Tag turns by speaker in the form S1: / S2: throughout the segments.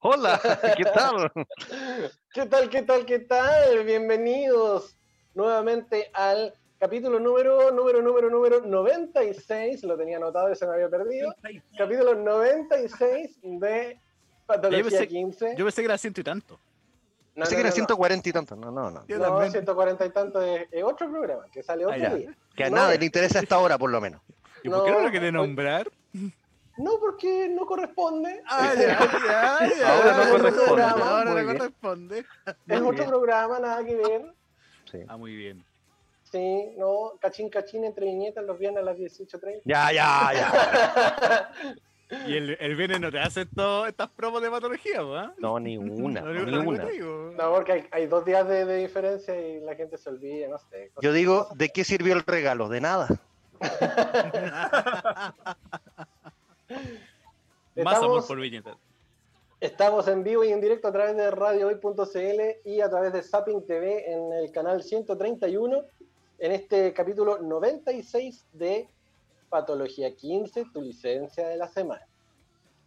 S1: Hola, ¿qué tal?
S2: ¿Qué tal, qué tal, qué tal? Bienvenidos nuevamente al capítulo número, número, número, número 96. Lo tenía anotado y se me había perdido. Capítulo 96 de
S3: Yo
S2: Patología
S3: pensé-
S2: 15.
S3: Yo pensé que era ciento y tanto.
S2: No,
S1: Pensé
S2: no,
S1: que era
S2: no,
S1: 140 y tanto. No, no, no.
S3: Yo
S2: no,
S3: también.
S2: 140 y tanto es, es otro programa que sale otro
S3: Ah, ya.
S2: día.
S1: Que a
S2: No,
S1: nadie
S2: es-
S1: le interesa esta hora, por lo menos.
S3: ¿Y por qué no
S2: No,
S3: lo quería
S2: no.
S3: nombrar?
S2: No, porque no corresponde.
S3: Ah, ya, ya, ya.
S1: Ahora no corresponde. Muy
S3: Ahora no Ahora no
S1: bien.
S3: corresponde.
S2: es
S1: muy
S2: otro
S1: bien.
S2: programa, nada que ver.
S3: Ah, muy bien.
S2: Sí, no, cachín cachín entre viñetas los viernes a las 18.30.
S1: Ya, ya, ya.
S3: Y el, el viernes no te hace esto- estas promos de patología, ¿va?
S1: No, ni una,
S3: No,
S1: ni una.
S2: No, porque hay, hay dos días de, de diferencia y la gente se olvida, no sé. cosas-
S1: Yo digo, ¿de qué sirvió el regalo? De nada.
S3: Más amor
S2: Estamos-
S3: por viñetas.
S2: Estamos en vivo y en directo a través de radiohoy.cl y a través de Zapping TV en el canal 131, en este capítulo 96 de Patología 15, tu licencia de la semana.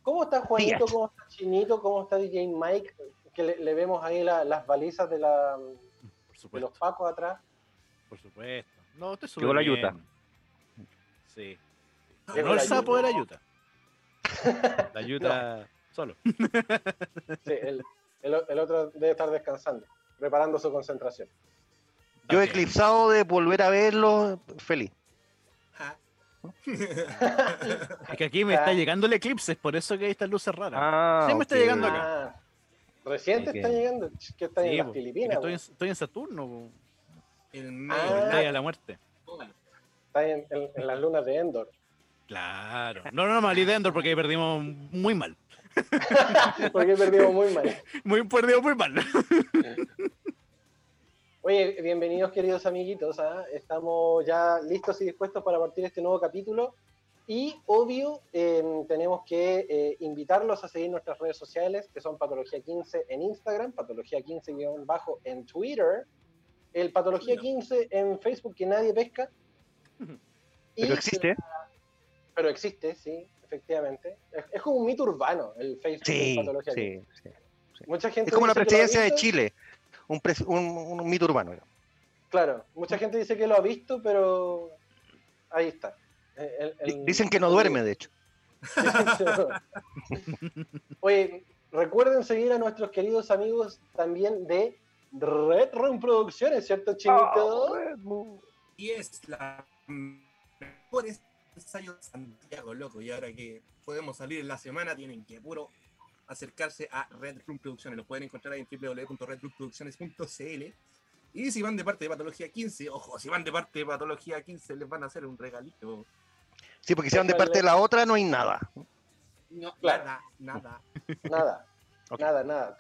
S2: ¿Cómo está Juanito?
S1: Dígate.
S2: ¿Cómo está Chinito? ¿Cómo está DJ Mike? Que le, le vemos ahí la- las balizas de, la-
S3: Por
S2: de
S3: supuesto,
S2: los pacos atrás.
S3: por supuesto. No, usted sube
S1: Llegó la
S3: bien.
S1: yuta.
S3: Sí.
S2: Llegó
S3: No el
S2: la
S3: sapo
S2: yuta.
S3: era yuta. La yuta solo.
S2: Sí, el, el- el otro debe estar descansando, preparando su concentración.
S1: Yo
S3: También.
S1: eclipsado de volver a verlo, feliz.
S3: Es que aquí me está llegando el eclipse, es por eso que hay estas luces raras.
S1: Ah,
S3: Sí, me está
S1: ok.
S3: llegando acá.
S2: Ah, recién te
S1: Ok.
S2: está llegando, que está
S3: Sí,
S2: en las
S3: po,
S2: Filipinas.
S3: estoy, en,
S2: po.
S3: estoy en Saturno, po.
S4: El
S3: En
S2: Ah.
S3: el
S4: medio.
S3: día de la muerte.
S2: Está en, en- en las lunas de Endor.
S3: Claro. No, no, no, mal de Endor porque perdimos muy mal.
S2: Porque he perdido muy mal.
S3: Muy perdido, muy mal.
S2: Oye, bienvenidos queridos amiguitos. ¿ah? Estamos ya listos y dispuestos para partir este nuevo capítulo. Y obvio, eh, tenemos que eh, invitarlos a seguir nuestras redes sociales, que son Patología 15 en Instagram, Patología 15-bajo en Twitter, el Patología 15 en Facebook, que nadie pesca. Y-
S1: Pero existe.
S2: Pero existe, sí, efectivamente. Es, es como un mito urbano el Facebook
S1: Sí,
S2: de Patología 15.
S1: sí, sí.
S2: Mucha gente
S1: Es como la
S2: dice que lo ha
S1: presidencia de
S2: visto.
S1: Chile. Un, pres- un- un mito urbano.
S2: Claro, mucha gente dice que lo ha visto, pero ahí está. Eh, El- el- el-
S1: Dicen que no duerme, de hecho.
S2: Oye, recuerden seguir a nuestros queridos amigos también de Red Room Producciones, ¿cierto, Chinito?
S4: Y es la mejor ensayo de Santiago, loco. Y ahora que podemos salir en la semana, tienen que puro acercarse a Red Room Producciones. Los pueden encontrar ahí en www.redroomproducciones.cl. Y si van de parte de Patología 15, ojo, si van de parte de Patología 15, les van a hacer un regalito.
S1: Sí, porque si van de parte de la otra, no hay nada.
S4: No,
S2: Claro.
S4: Nada, nada.
S2: Nada,
S1: Ok.
S2: nada, nada.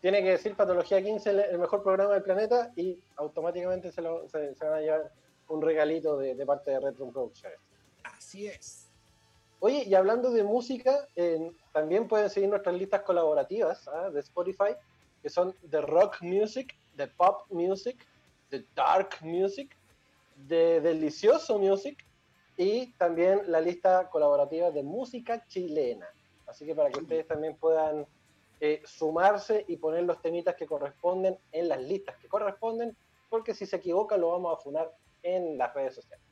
S2: Tiene que decir Patología 15, el- el mejor programa del planeta, y automáticamente se, lo, se, se van a llevar un regalito de, de parte de Red Room Producciones.
S4: Así es.
S2: Oye, y hablando de música, eh, también pueden seguir nuestras listas colaborativas ¿ah? de Spotify, que son de rock music, de pop music, de dark music, de delicioso music y también la lista colaborativa de música chilena. Así que para que ustedes también puedan eh, sumarse y poner los temitas que corresponden en las listas que corresponden, porque si se equivoca lo vamos a funar en las redes sociales.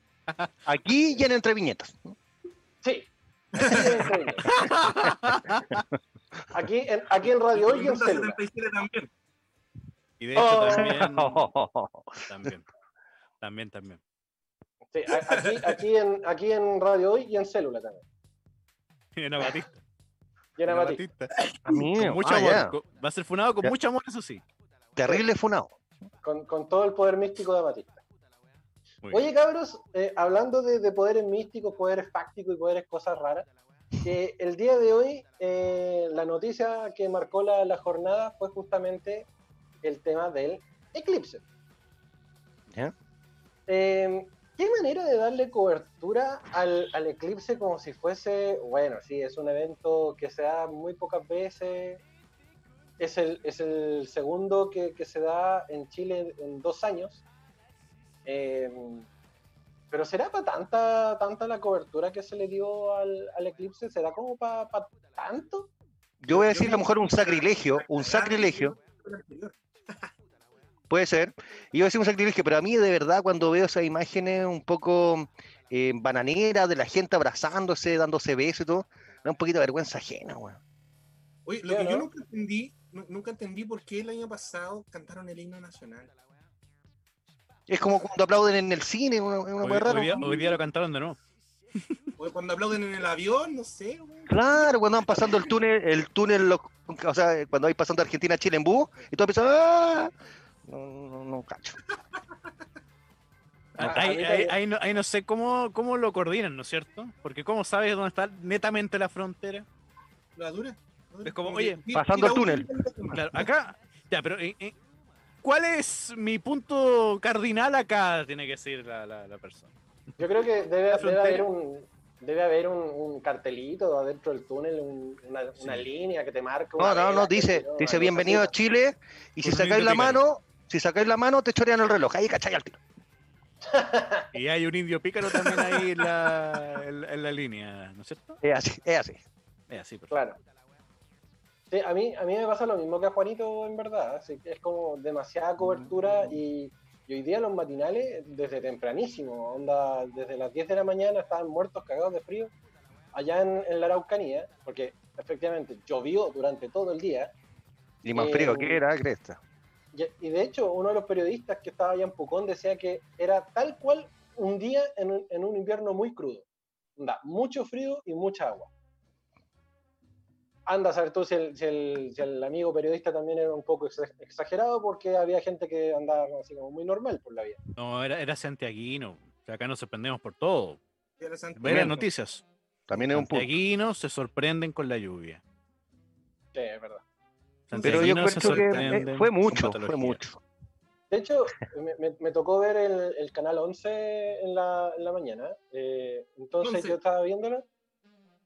S1: Aquí y en entre viñetas.
S2: Sí. Así debe ser. Aquí en, aquí en Radio Hoy y en
S4: Minuto
S2: Célula.
S4: 77 también.
S3: Y de hecho
S2: Oh.
S3: también, también, también, también.
S2: Sí, a- aquí, aquí, en, aquí en Radio Hoy y en Célula también.
S3: En Abatista.
S2: Y en
S3: en
S2: Amatí.
S3: Abatista.
S1: Amigo,
S3: Con mucho
S1: ah,
S3: amor.
S1: ya.
S3: con- Va a ser funado con
S1: Ya.
S3: mucho amor, eso sí.
S1: Terrible funado.
S2: Con, con todo el poder místico de Amatista.
S3: Muy
S2: Oye,
S3: bien.
S2: cabros, eh, hablando de, de poderes místicos, poderes fácticos y poderes cosas raras, eh, el día de hoy eh, la noticia que marcó la, la jornada fue justamente el tema del eclipse.
S1: ¿Ya?
S2: Eh, ¿Qué manera de darle cobertura al, al eclipse como si fuese, bueno, sí, es un evento que se da muy pocas veces, es el, es el segundo que, que se da en Chile en, en dos años, Eh, pero ¿será para tanta, tanta la cobertura que se le dio al, al eclipse? ¿Será como para tanto?
S1: Yo voy a decir a lo mejor un sacrilegio, un sacrilegio, puede ser. Y yo voy a decir un sacrilegio, pero a mí de verdad cuando veo esas imágenes un poco eh, bananeras de la gente abrazándose, dándose besos y todo, me da un poquito de vergüenza ajena, weón.
S4: Oye, lo que
S2: Claro.
S4: yo nunca entendí, nu- nunca entendí por qué el año pasado cantaron el himno nacional.
S1: Es como cuando aplauden en el cine, una, una
S3: Hoy,
S1: weá rara.
S3: hoy día, hoy día lo cantaron de nuevo.
S4: O cuando aplauden en el avión, no sé, weón.
S1: Claro, cuando van pasando el túnel, el túnel, los- o sea, cuando vais pasando Argentina a Chile en búho, y todos empiezan, ¡ah! No, no, no, cacho.
S2: Ah, a
S3: Ahí,
S2: mí
S3: ahí-
S2: también.
S3: ahí no, ahí no sé cómo, cómo lo coordinan, ¿no es cierto? Porque cómo sabes dónde está netamente la frontera.
S4: La dura. la dura.
S3: Es como,
S4: que
S3: oye,
S4: tira-
S1: pasando
S4: tira
S1: el túnel.
S4: una y tira otra más.
S3: Claro, acá, ya, pero eh, eh, ¿cuál es mi punto cardinal acá? Tiene que decir la, la, la persona.
S2: Yo creo que debe,
S3: La
S2: debe
S3: frontera.
S2: haber un debe haber un, un cartelito adentro del túnel, un- una, una línea que te marca. una
S1: No, no,
S2: vela,
S1: no,
S2: qué sé
S1: dice,
S2: yo,
S1: dice
S3: "Ah,
S2: algo
S1: bienvenido a
S2: así.
S1: Chile, y si
S3: Por
S1: sacáis la
S3: Pícaro.
S1: mano, si sacáis la mano te chorean el reloj, ahí cachai al tiro.
S3: Y hay un indio pícaro también ahí en la, en, en la línea, ¿no es cierto?
S1: Es así, es así.
S3: Es así, perfecto.
S2: Claro. Sí, a mí, a mí me pasa lo mismo que a Juanito, en verdad. Así que es como demasiada cobertura y, y hoy día los matinales, desde tempranísimo, onda, desde las 10 de la mañana estaban muertos, cagados de frío, allá en, en la Araucanía, porque efectivamente llovió durante todo el día.
S1: Y más
S2: Eh,
S1: frío que era, cresta.
S2: Y, y de hecho, uno de los periodistas que estaba allá en Pucón decía que era tal cual un día en un, en un invierno muy crudo. Onda, mucho frío y mucha agua. Anda a saber tú si el, si el- si el amigo periodista también era un poco exa- exagerado porque había gente que andaba así como muy normal por la vida.
S3: No, era, era santiaguino. O sea, acá nos sorprendemos por todo.
S4: Tira la Santa
S3: Ve
S1: Tremendo.
S3: las
S4: María.
S3: noticias.
S1: También es un punto.
S3: Santiaguinos se sorprenden con la lluvia.
S2: Sí, es verdad.
S1: Pero yo
S3: Santiaguinos se
S1: encuentro que eh,
S3: sorprenden
S1: fue
S3: con
S1: mucho, fue
S3: patología.
S1: mucho.
S2: De hecho, me, me- me tocó ver el, el canal 11 en la, en la mañana. eh, entonces
S4: 11.
S2: yo estaba viéndolo.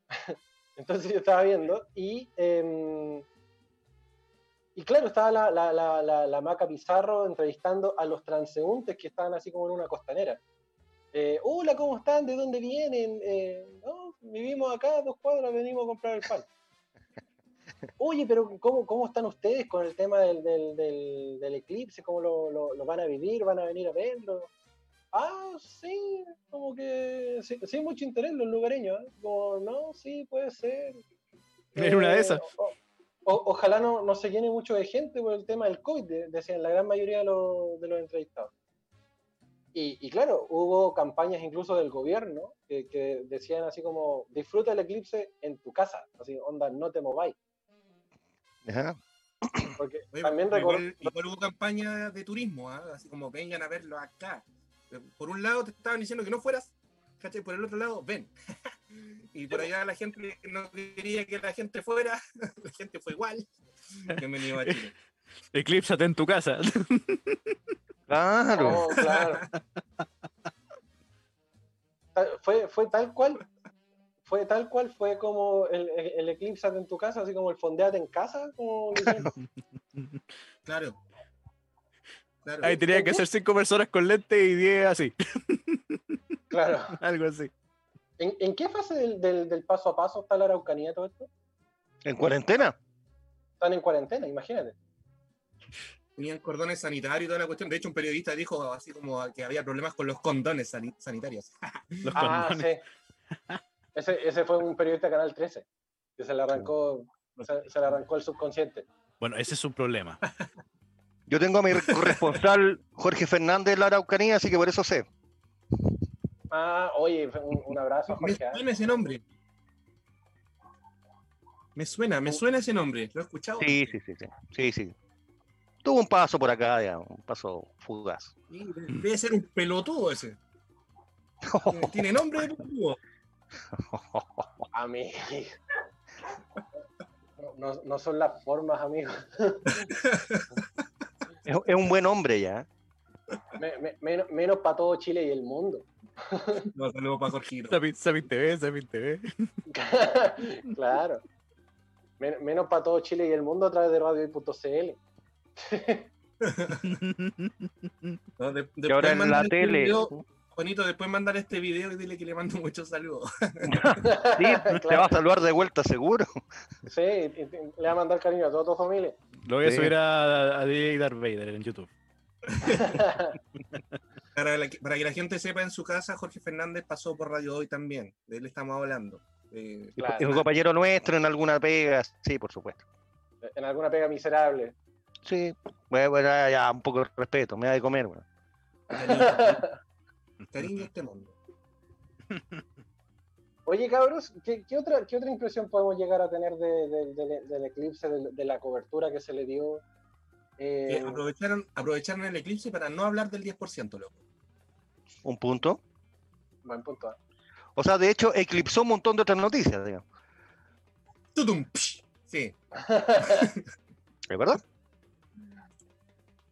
S2: entonces yo estaba viendo y. em, y claro, estaba la, la, la, la, la Maca Pizarro entrevistando a los transeúntes que estaban así como en una costanera. Eh, Hola, ¿cómo están? ¿De dónde vienen? Eh, no, vivimos acá a dos cuadras, venimos a comprar el pan. Oye, pero ¿cómo, cómo están ustedes con el tema del, del, del, del eclipse? ¿Cómo lo, lo- lo van a vivir? ¿Van a venir a verlo? Ah, sí, como que sí, sí, mucho interés los lugareños. ¿eh? Como, no, sí, puede ser. Eh,
S3: Era una de esas.
S2: o- o- ojalá no, no se llene mucho de gente por el tema del COVID, de- decían la gran mayoría de los, de los entrevistados. Y, y claro, hubo campañas incluso del gobierno que, que decían así como, disfruta el eclipse en tu casa, así, onda, no te mováis.
S1: Ajá.
S2: Porque
S4: Oye,
S2: también
S4: igual-
S2: recuerdo.
S4: igual hubo campaña de turismo, ¿ah? así como vengan a verlo acá. Eh, Por un lado te estaban diciendo que no fueras, ¿cachai? Por el otro lado, ven. y por allá la gente no quería que la gente fuera, la gente fue igual. Bienvenido a Chile.
S3: Eclípsate en tu casa.
S1: Claro.
S2: Oh, claro. Ta- Fue, fue tal cual. Fue tal cual, fue como el, el, el eclipse en tu casa, así como el fondeate en casa. Como le dicen.
S4: Claro. Claro.
S3: Ahí tenía que ser cinco personas con lente y diez así.
S2: claro.
S3: Algo así.
S2: ¿En, en qué fase del, del- del paso a paso está la Araucanía todo esto?
S1: ¿En cuarentena?
S2: Están en cuarentena, imagínate.
S4: Tenían cordones sanitarios y toda la cuestión. De hecho, un periodista dijo así como que había problemas con los condones sani- sanitarios.
S3: Los
S2: Ah,
S3: condones.
S2: sí. Ese, ese fue un periodista de Canal 13, que se le arrancó, se, se le arrancó el subconsciente.
S3: Bueno, ese es un problema.
S1: Yo tengo a mi corresponsal Jorge Fernández en la Araucanía, así que por eso sé.
S2: Ah, oye, un, un abrazo,
S4: Me
S2: Jorge. ¿eh?
S4: suena ese nombre. Me suena, me suena ese nombre. ¿Lo he escuchado?
S1: Sí, sí, sí, sí. sí, sí. Tuvo un paso por acá, digamos, un paso fugaz.
S4: Sí, de- Debe ser un pelotudo ese. Tiene- Tiene nombre de pelotudo.
S2: Amigo. No, no- no son las formas, amigo.
S1: Es, es un buen hombre ya.
S2: Me- me- menos para todo Chile y el mundo.
S4: No, saludos para Jorgito.
S3: Sapin Sapin TV, Sapin TV.
S2: claro. Men- menos para todo Chile y el mundo a través de radio.cl.
S4: No, de-
S1: Que
S4: después
S1: ahora en la
S4: mandan este
S1: tele.
S4: video- Juanito, después mandar este video y dile que le mando muchos saludos.
S1: Sí, pues, te va a
S2: Claro.
S1: salvar de vuelta seguro.
S2: Sí, y- y- y le va a mandar cariño a toda tu familia.
S3: Lo voy a
S1: Sí.
S3: subir a, a DJ Darth Vader en YouTube.
S4: Para, la que- para que la gente sepa, en su casa, Jorge Fernández pasó por Radio Hoy también. De él estamos hablando. Eh,
S2: Claro.
S1: Es un compañero nuestro en alguna pega, sí, por supuesto.
S2: En alguna pega miserable.
S1: Sí, bueno, bueno, ya un poco de respeto, me da de comer, bueno.
S4: cariño, cariño a este mundo.
S2: Oye, cabros, ¿qué, qué otra, ¿qué otra impresión podemos llegar a tener de- de- de- del eclipse, de, de la cobertura que se le dio? Eh,
S4: Eh, aprovecharon, aprovecharon el eclipse para no hablar del 10%, loco.
S1: Un punto.
S2: buen punto. ¿eh?
S1: O sea, de hecho, eclipsó un montón de otras noticias, digamos.
S4: ¡Tutum! Psh. Sí.
S1: ¿Es verdad?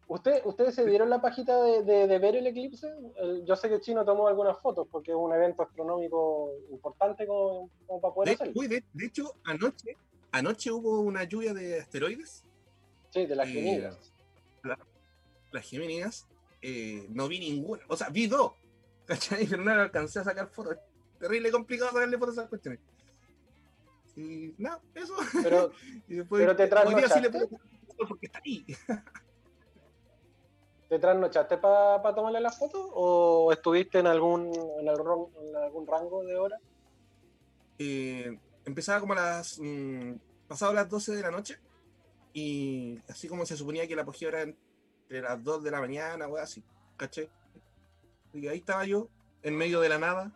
S2: ¿Usted, ¿Ustedes se dieron la pajita de, de- de ver el eclipse? El- yo sé que Chino tomó algunas fotos porque es un evento astronómico importante como, como para poder
S4: De,
S2: hacerlo.
S4: uy, de- de hecho, anoche, anoche hubo una lluvia de asteroides,
S2: Sí, de las
S4: eh,
S2: Geminidas.
S4: las Geminidas. eh, no vi ninguna. O sea, vi dos. ¿Cachai? Pero no alcancé a sacar fotos. Terrible complicado sacarle fotos a esas cuestiones. Y nada, eso.
S2: Pero
S4: Y después,
S2: Pero te
S4: hoy día sí
S2: trasnochaste.
S4: le puedo contar porque está ahí.
S2: ¿Te trasnochaste para tomarle las fotos o estuviste en algún, en, el ron- en algún rango de hora?
S4: Eh, empezaba como a las. mm, pasado las 12 de la noche. Y así como se suponía que la apogeo era entre las 2 de la mañana, o así. ¿Caché? Y ahí estaba yo, en medio de la nada.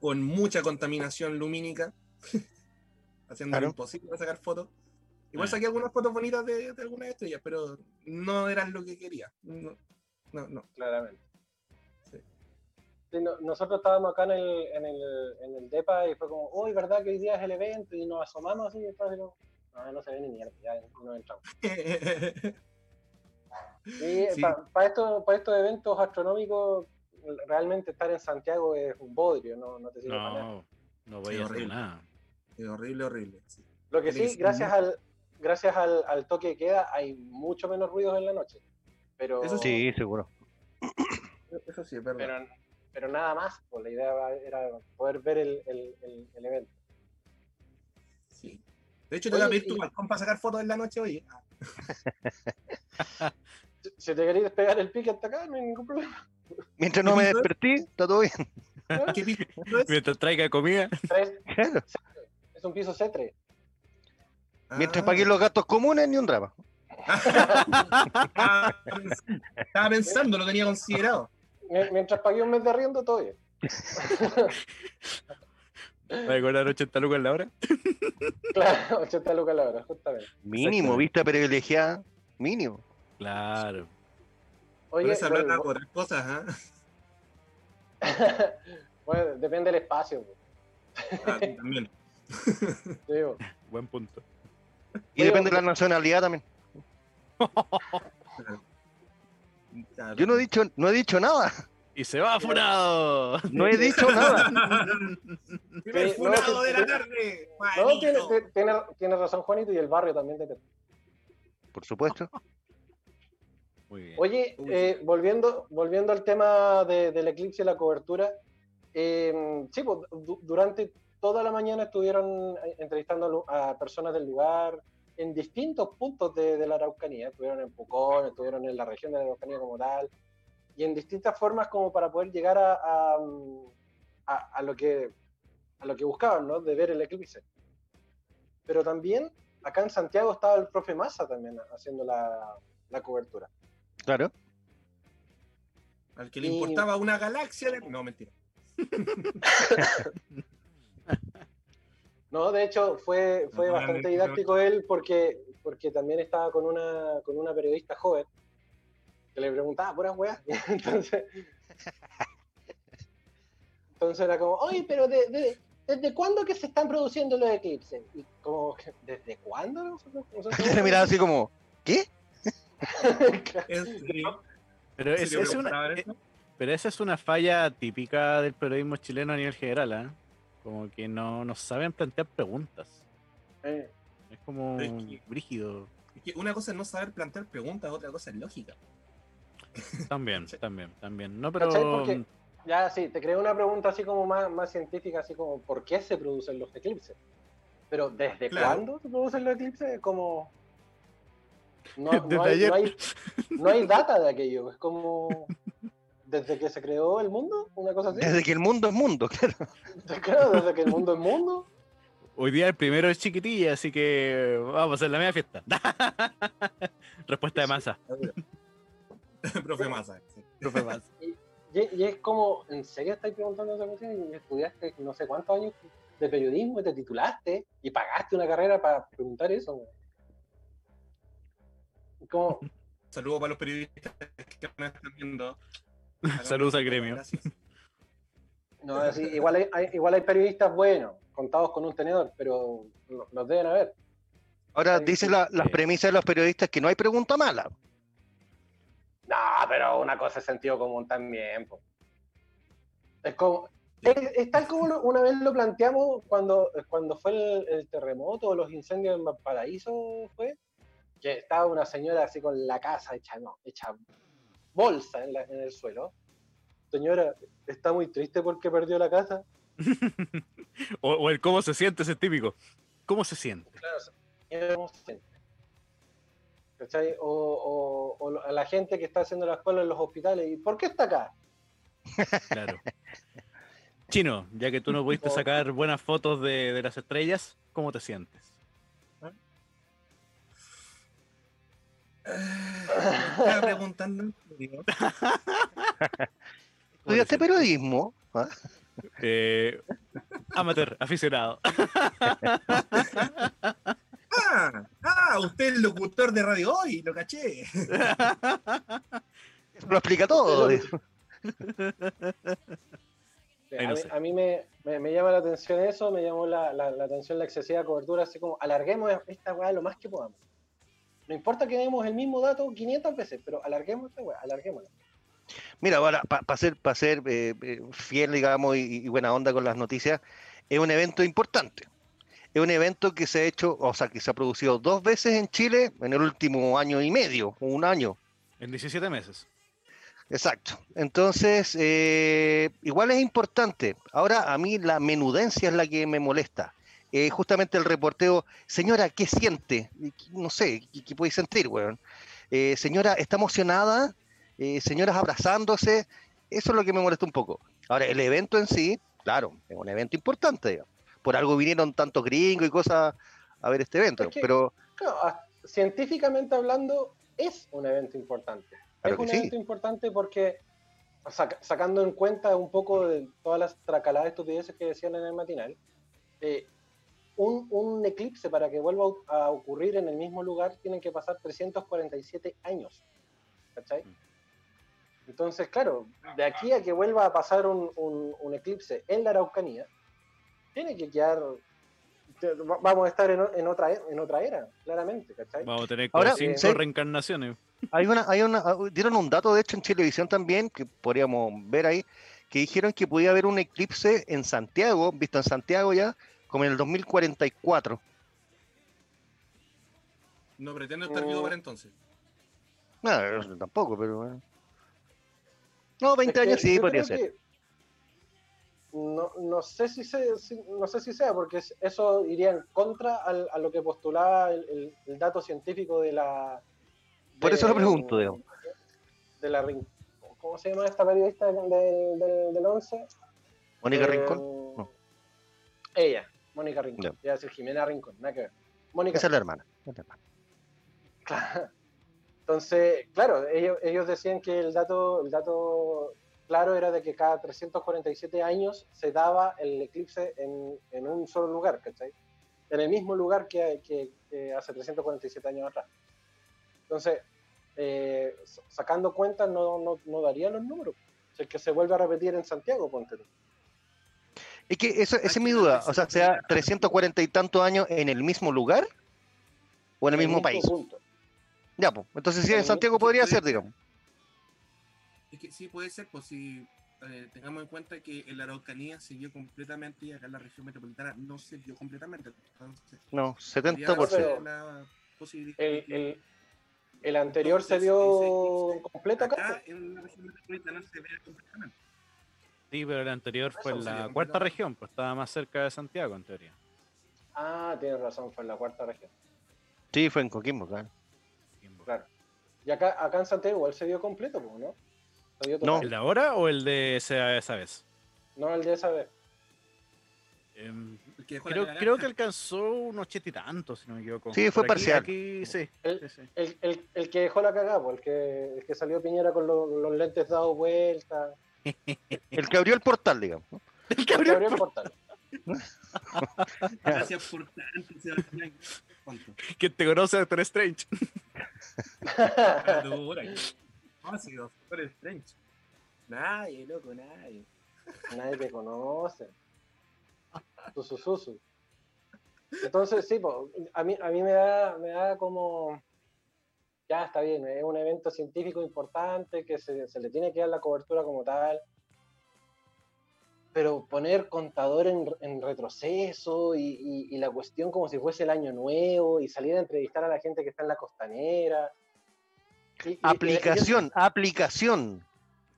S4: Con mucha contaminación lumínica. haciendo
S1: Claro.
S4: lo imposible sacar fotos. Igual
S3: Ah.
S4: saqué algunas fotos bonitas de, de algunas estrellas, pero no eran lo que quería. No, no, no.
S2: Claramente.
S4: Sí.
S2: Sí, no- nosotros estábamos acá en el, en, el, en el DEPA y fue como, uy, ¿verdad que hoy día es el evento? Y nos asomamos así y después como, no, no se ve ni mierda, ya no entramos. Sí,
S4: Sí.
S2: Para esto, pa estos eventos astronómicos, realmente estar en Santiago es un bodrio, no, no te sirve para nada.
S3: No, no voy
S4: Sí,
S3: a hacer
S4: horrible.
S3: nada.
S4: Eh, horrible, horrible. sí.
S2: Lo que
S4: Tiene que
S2: sí,
S4: ser
S2: gracias
S4: muy-
S2: al, gracias al, al toque de queda, hay mucho menos ruidos en la noche. Pero,
S4: Eso
S1: Sí, seguro.
S4: Eso sí, es verdad.
S2: pero, pero nada más, pues, la idea va- era poder ver el, el- el- el evento.
S4: Sí. De hecho, te voy a
S2: Oye,
S4: pedir tu
S2: y- Ah.
S4: balcón para sacar fotos en la noche hoy.
S2: Si- Si te queréis despegar el pique hasta acá, no hay ningún problema.
S1: Mientras no me desperté, está todo bien.
S4: Ah, ¿Qué piso es?
S3: Mientras traiga comida.
S2: Tres-
S1: Claro.
S2: es un piso C3.
S1: Mientras
S4: Ah.
S1: paguen los gastos comunes, ni un drama.
S4: Ah, Estaba pensando, lo tenía considerado.
S2: Mien- Mientras pagué un mes de arriendo, todo bien.
S3: ¿Va a cobrar 80 lucas la hora?
S2: Claro, 80 lucas la hora, justamente.
S1: Mínimo, vista privilegiada, mínimo.
S3: Claro.
S2: Oye,
S4: Con esa
S2: bueno,
S4: plata,
S2: vo-
S4: otras cosas. ¿ah?
S2: bueno, depende del espacio. pues.
S4: Ah, también.
S2: Te digo.
S3: Buen punto.
S1: Y
S2: Oye,
S1: depende de la nacionalidad también.
S4: Claro.
S1: Yo no he dicho, no he dicho nada.
S3: Y se va funado.
S1: No he dicho nada.
S4: Primer
S2: Sí, Eh, no,
S4: funado
S2: sí,
S4: de
S2: sí.
S4: la tarde.
S2: No, tiene,
S4: manito.
S2: te- tiene, tiene razón Juanito y el barrio también. te-
S1: Por supuesto.
S3: Muy bien.
S2: Oye,
S4: Uy.
S2: eh, volviendo, volviendo al tema de- del eclipse y la cobertura, eh, sí, pues, du- durante toda la mañana estuvieron eh, entrevistando a lu- a, personas del lugar en distintos puntos de, de la Araucanía, estuvieron en Pucón, estuvieron en la región de la Araucanía como tal, y en distintas formas como para poder llegar a, a, mm, a- a lo, que, a lo que buscaban, ¿no? De ver el eclipse. Pero también acá en Santiago estaba el profe Massa también haciendo la- la cobertura.
S1: Claro.
S4: Al que le
S2: y-
S4: importaba una galaxia. de- No, mentira.
S2: No, de hecho fue, fue
S4: No,
S2: bastante
S4: realmente
S2: didáctico él porque, porque también estaba con una, con una periodista joven que le preguntaba puras weas. Entonces, entonces era como, oye, pero de- de- ¿desde cuándo que se están produciendo los eclipses? Y como, que, ¿desde cuándo? No sé, no sé
S1: Se le miraba así como, ¿qué?
S2: Claro.
S4: Es- sí,
S3: Pero, es,
S4: sí, yo
S3: es
S4: creo que
S3: una,
S4: estaba en
S1: eh,
S4: eso.
S3: pero esa es una falla típica del periodismo chileno a nivel general, ¿ah? Como que no, no saben plantear preguntas.
S2: Eh,
S3: Es como
S4: Es que-
S3: brígido.
S4: Es que Una cosa es no saber plantear preguntas, otra cosa es lógica.
S3: También, también, también. No,
S2: ¿Cachai?
S3: pero.
S2: Porque- Ya, sí, te creo una pregunta así como más, más científica, así como ¿por qué se producen los eclipses? Pero ¿desde
S4: Claro.
S2: cuándo se producen los eclipses? Como... No,
S3: Desde
S2: no, hay,
S3: ayer.
S2: no, hay, no hay data de aquello, es como... ¿Desde que se creó el mundo? Una cosa así.
S1: Desde que el mundo es mundo, claro.
S2: Claro, desde que el mundo es mundo.
S3: Hoy día el primero es chiquitilla, así que vamos a hacer la media fiesta. Respuesta de masa.
S4: Profe Massa.
S3: Profe Massa.
S2: Y, y es como, ¿en serio estáis preguntando esa cuestión? Y estudiaste no sé cuántos años de periodismo y te titulaste y pagaste una carrera para preguntar eso. güey? Como,
S4: Saludos para los periodistas que nos están viendo.
S3: Saludos al gremio.
S4: Gracias.
S2: no, así, igual, hay, hay- igual hay periodistas buenos, contados con un tenedor, pero lo- los deben haber.
S1: Ahora
S2: Sí,
S1: dicen
S2: sí,
S1: la- las
S3: sí.
S1: premisas de los periodistas que no hay pregunta mala.
S2: No, pero una cosa es sentido común también. po. Es como. Es, es tal como lo- una vez lo planteamos cuando, cuando fue el, el terremoto o los incendios en Valparaíso, fue. Que estaba una señora así con la casa hecha, no, hecha bolsa en, la- en el suelo. Señora, está muy triste porque perdió la casa.
S3: O, o el cómo se siente, ese es típico. ¿Cómo se siente?
S2: Claro, o sea, es un centro. ¿Cachai? O, o- o lo- a la gente que está haciendo las colas en los hospitales. ¿Y por qué está acá?
S3: Claro. Chino, ya que tú no pudiste sacar buenas fotos de, de las estrellas, ¿cómo te sientes?
S4: Estaba preguntando en serio.
S1: ¿Estudiaste periodismo? ¿Ah?
S3: Eh, amateur, aficionado.
S4: Ah, ah, usted es el locutor de radio hoy, lo caché.
S1: Eso lo explica todo.
S2: Pero-
S3: Ahí
S2: a,
S3: no
S2: mí,
S3: sé.
S2: a mí me, me- me llama la atención eso, me llamó la, la- la atención la excesiva cobertura, así como alarguemos esta weá lo más que podamos. No importa que demos el mismo dato 500 veces, pero alarguemos esta weá, alarguémosla.
S1: Mira, para ser, pa ser eh, eh, fiel, digamos, y, y buena onda con las noticias, es un evento importante. Es un evento que se ha hecho, o sea, que se ha producido dos veces en Chile en el último año y medio, o un año.
S3: En 17 meses.
S1: Exacto. Entonces, eh, igual es importante. Ahora, a mí la menudencia es la que me molesta. Eh, justamente el reporteo, señora, ¿qué siente? Y qu- No sé, ¿qué, qué puede sentir, weón? Eh, señora, ¿está emocionada? Eh, señoras abrazándose. Eso es lo que me molesta un poco. Ahora, el evento en sí, claro, es un evento importante. digamos. Por algo vinieron tantos gringos y cosas a ver este evento.
S2: Es que-
S1: Pero,
S2: Claro, a- científicamente hablando, es un evento importante.
S1: Claro
S2: es
S1: que
S2: un
S1: sí.
S2: evento importante porque, saca- sacando en cuenta un poco de todas las tracaladas estupideces que decían en el matinal, eh, un, un eclipse para que vuelva a- a ocurrir en el mismo lugar tienen que pasar 347 años. ¿Cachai? Entonces, claro, de aquí a que vuelva a pasar un, un- un eclipse en la Araucanía, tiene que quedar. te- va- Vamos a estar en, o- en otra, e- en otra era, claramente, ¿cachai?
S3: Vamos a tener
S1: Ahora,
S3: como 5
S1: sí.
S3: reencarnaciones.
S1: Hay una, hay una, ah, dieron un dato de hecho en televisión también, que podríamos ver ahí, que dijeron que podía haber un eclipse en Santiago, visto en Santiago ya, como en el 2044.
S4: No pretendo estar vivo para entonces.
S1: No, yo tampoco, pero bueno. No, 20
S2: Es que
S1: años sí
S2: yo
S1: podría
S2: creo
S1: ser.
S2: que- No, no sé si, se- si- no sé si sea, porque es- eso iría en contra al- a lo que postulaba el, el- el dato científico de la.
S1: Por
S2: de-
S1: eso lo pregunto, digamos.
S2: De la, rin- ¿Cómo se llama esta periodista del, del, del- del 11?
S1: Mónica
S2: Eh,
S1: Rincón, No.
S2: Ella, Mónica Rincón. Iba a decir Jimena Rincón, nada que ver. Mónica
S1: esa es la hermana. es la hermana.
S2: Claro. Entonces, claro, ellos, ellos decían que el dato, el dato claro era de que cada 347 años se daba el eclipse en, en un solo lugar, ¿cachai? En el mismo lugar que, que- que hace 347 años atrás. Entonces, eh, sa- sacando cuentas, no, no, no daría los números. Si es que se vuelve a repetir en Santiago, ponte tú.
S1: Es que eso, esa es mi duda. O sea, sea 340 y tantos años en el mismo lugar o en el mismo país.
S2: punto.
S1: Ya, pues. Entonces, si
S2: En
S1: en
S2: el
S1: Santiago
S4: mismo-
S1: podría ser, digamos.
S4: Es que sí puede ser, pues si eh, tengamos en cuenta que en la Araucanía se vio completamente y acá en la región metropolitana no se vio completamente. Entonces,
S1: No,
S4: podría
S1: 70%.
S4: ser la posibilidad.
S2: El,
S4: de que-
S2: el- El anterior se
S4: Entonces,
S2: vio
S4: ese-
S2: completa
S4: Acá
S2: acá.
S4: en la región metropolitana se ve completamente.
S3: Sí, pero el anterior fue en
S4: Eso
S3: la
S4: sería
S3: cuarta
S4: complicado.
S3: región, pues estaba más cerca de Santiago, en teoría.
S2: Ah, tienes razón, fue en la cuarta región.
S1: Sí, fue en Coquimbo, claro.
S2: Claro. Y acá, acá en Santiago igual se vio completo, po, ¿no? Se vio
S1: No.
S2: total.
S3: ¿El de ahora o el de esa, esa vez?
S2: No, el de esa vez.
S3: Em,
S4: El que dejó la
S3: creo,
S4: cagada.
S3: creo que alcanzó unos ochenta y tantos, si no me equivoco.
S1: Sí, fue
S3: Pero aquí-
S1: parcial.
S3: aquí sí,
S2: El-
S3: sí, sí.
S2: El, el, el que dejó la cagada, po, el que, el que salió Piñera con los- los lentes dados vuelta.
S1: El que abrió el portal, digamos. ¿no?
S3: El
S2: el que
S3: cabrón,
S2: abrió el portal.
S4: Gracias por tanto, Sebastián. ¿Cuánto?
S3: que te conoce Doctor Strange.
S4: Ah, dura. No, si Doctor Strange. Nadie, loco, nadie.
S2: Nadie te conoce. Su, su, su, su. Entonces, sí, po, a mí, a mí me, da, me da como. Ya está bien, es un evento científico importante que se, se le tiene que dar la cobertura como tal. Pero poner contador en, en retroceso y, y- y la cuestión como si fuese el año nuevo y salir a entrevistar a la gente que está en la costanera. Y- y- y-
S1: Aplicación, aplicación.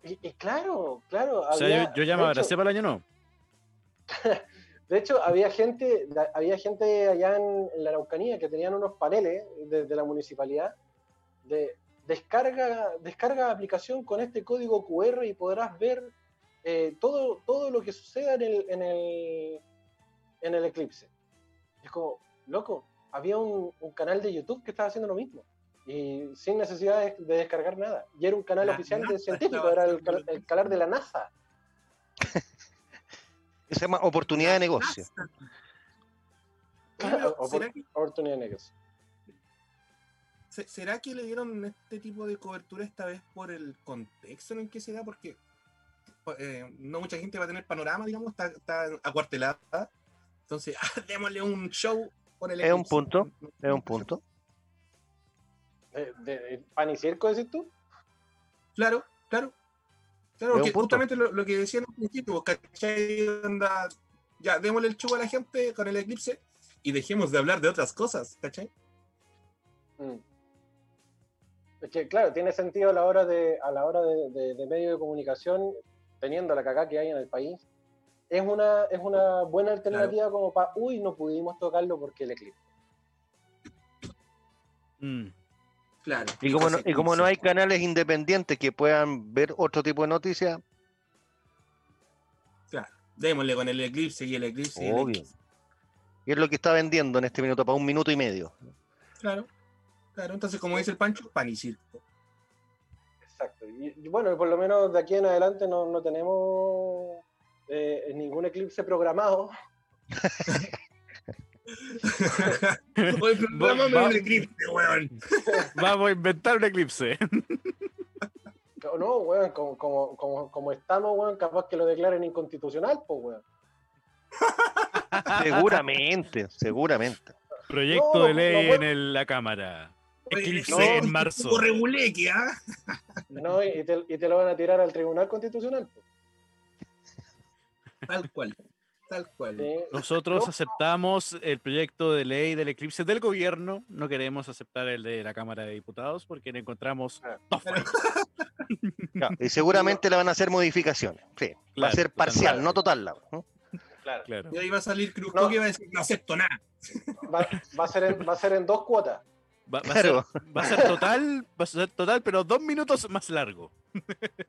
S2: Y, y claro, claro.
S3: O sea, yo-
S2: había-
S3: yo, ya me
S2: de hecho-
S3: abracé para el año nuevo.
S2: De hecho, había gente, la- había gente allá en, en la Araucanía que tenían unos paneles desde la municipalidad de descarga, descarga la aplicación con este código QR y podrás ver eh, todo, todo lo que suceda en el, en el, en el eclipse. Y es como, loco, había un, un canal de YouTube que estaba haciendo lo mismo y sin necesidad de, de descargar nada. Y era un canal
S4: La
S2: oficial de
S4: NASA
S2: científico,
S4: estaba
S2: era el,
S4: haciendo
S2: can-
S4: lo
S2: el
S4: mismo.
S2: canal de la NASA.
S1: Se llama oportunidad de negocio.
S4: Pero,
S2: Opor-
S4: ¿será, que,
S2: Oportunidad de negocio.
S4: se- será que le dieron este tipo de cobertura esta vez por el contexto en el que se da? Porque eh, no mucha gente va a tener panorama, digamos, está, está acuartelada. Entonces, ah, démosle un show por el
S1: Es un
S4: eclipse.
S1: punto, Es un punto.
S2: De, de- de pan y circo, decís tú?
S4: Claro, claro. Claro,
S1: Es un
S4: porque
S1: punto.
S4: justamente lo, lo que decían al principio, pues, ¿cachai? Onda, ya, démosle el show a la gente con el eclipse y dejemos de hablar de otras cosas, ¿cachai?
S2: Mm. Es que, claro, tiene sentido a la hora de, a la hora de, de, de medio de comunicación, teniendo la cagada que hay en el país. Es una, es una buena alternativa como para, uy, no pudimos tocarlo porque el eclipse.
S3: Mm.
S4: Claro.
S1: Y como, no, y como no hay canales independientes que puedan ver otro tipo de noticias,
S4: Démosle con el eclipse y el eclipse. y el
S1: Obvio.
S4: eclipse.
S1: y es lo que está vendiendo en este minuto, para un minuto y medio.
S4: Claro. Claro, entonces como dice el Pancho, pan y circo.
S2: Exacto. Y, y bueno, por lo menos de aquí en adelante no, no tenemos eh, ningún eclipse programado.
S4: Hoy programa
S3: Va-
S4: el eclipse, weón.
S3: Vamos a inventar un eclipse.
S2: Co- No, weón, como, como, como, como estamos, weón, capaz que lo declaren inconstitucional, pues, weón.
S1: Seguramente, seguramente.
S3: Proyecto
S2: No,
S3: de ley
S2: no,
S3: en el- la Cámara. Eclipse
S4: Oye,
S3: en marzo.
S4: tipo Reguleque, ¿ah?
S2: No, y te, y te lo van a tirar al tribunal constitucional. pues.
S4: Tal cual. Tal cual.
S2: Sí.
S3: Nosotros aceptamos el proyecto de ley del eclipse del gobierno. No queremos aceptar el de la Cámara de Diputados porque le encontramos.
S2: Ah,
S3: tofa.
S1: Claro, Y seguramente le van a hacer modificaciones. Sí, va a
S3: Claro,
S1: ser parcial,
S3: totalmente.
S1: no total. la- ¿no?
S2: Claro.
S3: Claro.
S4: Y ahí va a salir Cruz
S2: No.
S4: que va a decir, no acepto nada.
S2: Va, va a ser en, va a ser en dos cuotas.
S3: Va, va
S1: Claro.
S3: a ser, va a ser total, va a ser total, pero dos minutos más largo.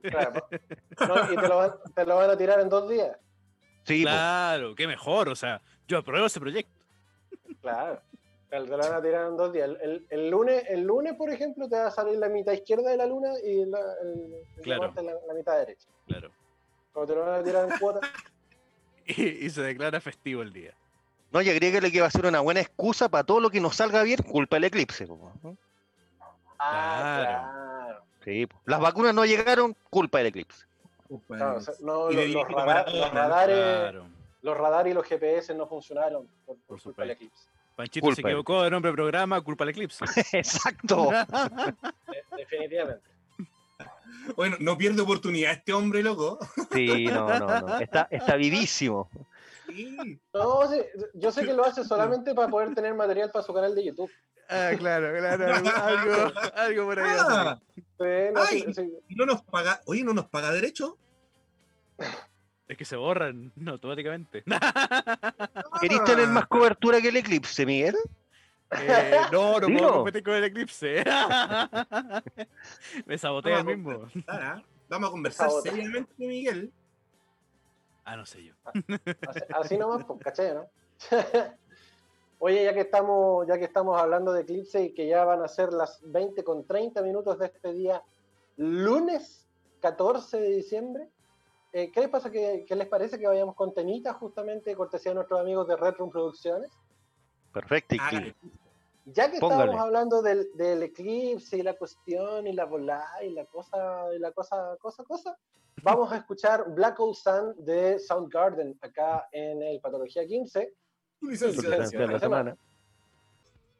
S2: Claro. No, y te lo, van, te lo van a tirar en dos días.
S1: Sí, po.
S3: Claro, qué mejor. O sea, yo apruebo ese proyecto.
S2: Claro. Te te lo van a tirar en dos días. El, el- el lunes, el lunes, por ejemplo, te va a salir la mitad izquierda de la luna y la, el, el
S3: Claro.
S2: martes la, la mitad derecha.
S3: Claro.
S2: Como te lo van a tirar en cuotas.
S3: Y, y se declara festivo el día.
S1: No, y agréguele que va a ser una buena excusa para todo lo que nos salga bien, culpa del eclipse. po, ¿no?
S2: Ah,
S1: Sí, po. Las vacunas no llegaron, culpa del eclipse.
S2: claro. Claro, o sea, no, los,
S4: Y de
S2: los
S4: Diego
S2: radar-
S4: Maradona,
S2: los radares,
S3: Claro.
S2: los radares y los GPS no funcionaron por, por
S3: Por
S2: culpa del eclipse.
S3: Panchito se
S1: Culpa.
S3: equivocó de nombre de programa, culpa al eclipse.
S1: Exacto.
S2: De- definitivamente.
S4: Bueno, no pierde oportunidad este hombre, loco.
S1: Sí, no, no, no. Está, está vivísimo.
S4: Sí.
S2: No, sí, yo sé que lo hace solamente para poder tener material para su canal de YouTube.
S3: Ah, claro, claro. Algo, algo, algo por ahí. va a salir.
S4: Ah,
S2: Bueno,
S4: Ay.
S2: sí, sí.
S4: y no nos paga. Oye, ¿no nos paga derecho?
S3: Es que se borran automáticamente.
S1: ¿Querís tener más cobertura que el eclipse, Miguel?
S3: Eh, no, no
S1: Dilo.
S3: puedo competir con el eclipse. Me sabotea el
S4: Vamos.
S3: mismo.
S4: Claro, ¿ah? Vamos a conversar
S2: Ahora.
S4: seriamente, Miguel.
S3: Ah, no sé yo.
S2: Así, así nomás, pues, ¿cachai, no? Oye, ya que, estamos, ya que estamos hablando de eclipse y que ya van a ser las 20 con 30 minutos de este día, lunes 14 de diciembre, eh, ¿qué les pasa? Que, que les parece que vayamos con temitas justamente, cortesía de nuestros amigos de Red Room Producciones?
S1: Perfecto.
S4: Hágale.
S2: Ya que
S1: Póngale.
S2: estábamos hablando del, del eclipse y la cuestión y la volada y la cosa, y la cosa, cosa, cosa, vamos a escuchar Black Hole Sun de Soundgarden acá en el Patología 15.
S4: Tu
S1: Eclipse.
S4: licencia.
S2: Licencia.
S1: De la semana.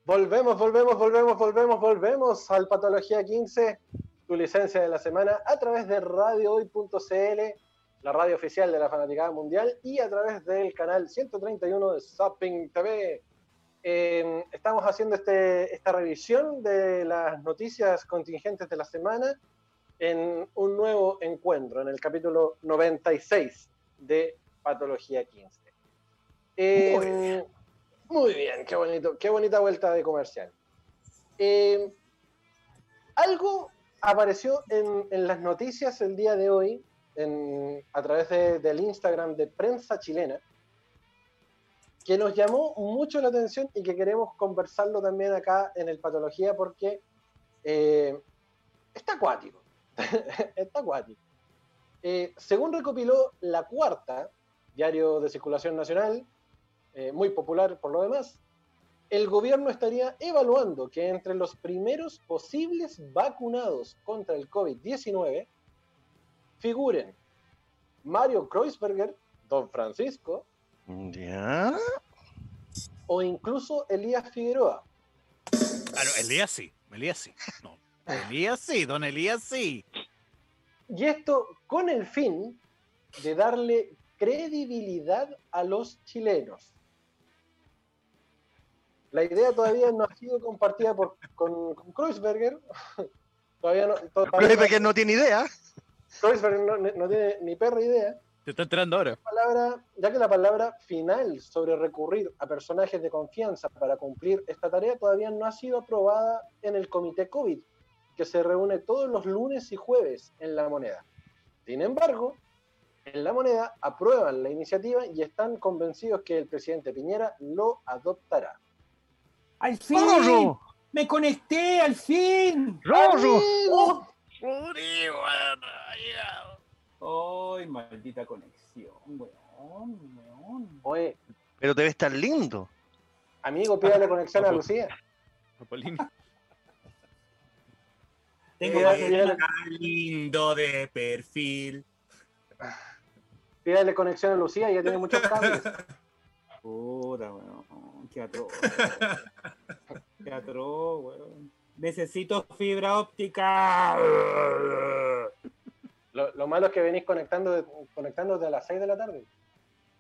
S2: Volvemos, volvemos, volvemos, volvemos, volvemos al Patología 15, tu licencia de la semana, a través de radiohoy.cl, la radio oficial de la Fanaticada Mundial, y a través del canal 131 de Zapping TV. Eh, estamos haciendo este, esta revisión de las noticias contingentes de la semana en un nuevo encuentro, en el capítulo 96 de Patología 15. Eh,
S4: Muy bien.
S2: muy bien, qué bonito, qué bonita vuelta de comercial. Eh, algo apareció en, en las noticias el día de hoy en- a través de- del Instagram de Prensa Chilena que nos llamó mucho la atención y que queremos conversarlo también acá en el Patología porque eh, está acuático. está acuático. Eh, según recopiló La Cuarta, diario de circulación nacional, eh, muy popular por lo demás, el gobierno estaría evaluando que entre los primeros posibles vacunados contra el COVID-19 figuren Mario Kreuzberger, Don Francisco
S1: Ya.
S2: o incluso Elías Figueroa.
S3: Ah, no, Elías sí. Elías sí. No. Elías sí, don Elías sí.
S2: Y esto con el fin de darle credibilidad a los chilenos. La idea todavía no ha sido compartida por, con, con Kreuzberger. todavía no, todavía no-
S1: Pepe, que no tiene idea.
S2: Kreuzberg no, no tiene ni perra idea.
S3: Te está enterando ahora.
S2: Palabra, ya que la palabra final sobre recurrir a personajes de confianza para cumplir esta tarea todavía no ha sido aprobada en el comité COVID, que se reúne todos los lunes y jueves en La Moneda. Sin embargo, en La Moneda aprueban la iniciativa y están convencidos que el presidente Piñera lo adoptará.
S5: ¡Al fin! ¡Me conecté! ¡Al fin!
S1: ¡Rorro!
S2: Amigo,
S5: ¡Ay, maldita conexión, weón! weón.
S2: Oye,
S1: Pero te ves tan lindo.
S2: amigo, pídale conexión a Lucía.
S3: Apolín.
S5: Tengo
S2: Eh,
S5: más
S2: eh,
S5: de
S4: Está lindo de perfil.
S2: Pídale conexión a Lucía, ya tiene muchos cambios.
S5: Puta, weón. Qué atroz. weón. Qué atroz, weón. Necesito fibra óptica.
S2: Lo, lo malo es que venís conectando de- conectándote a las 6 de la tarde.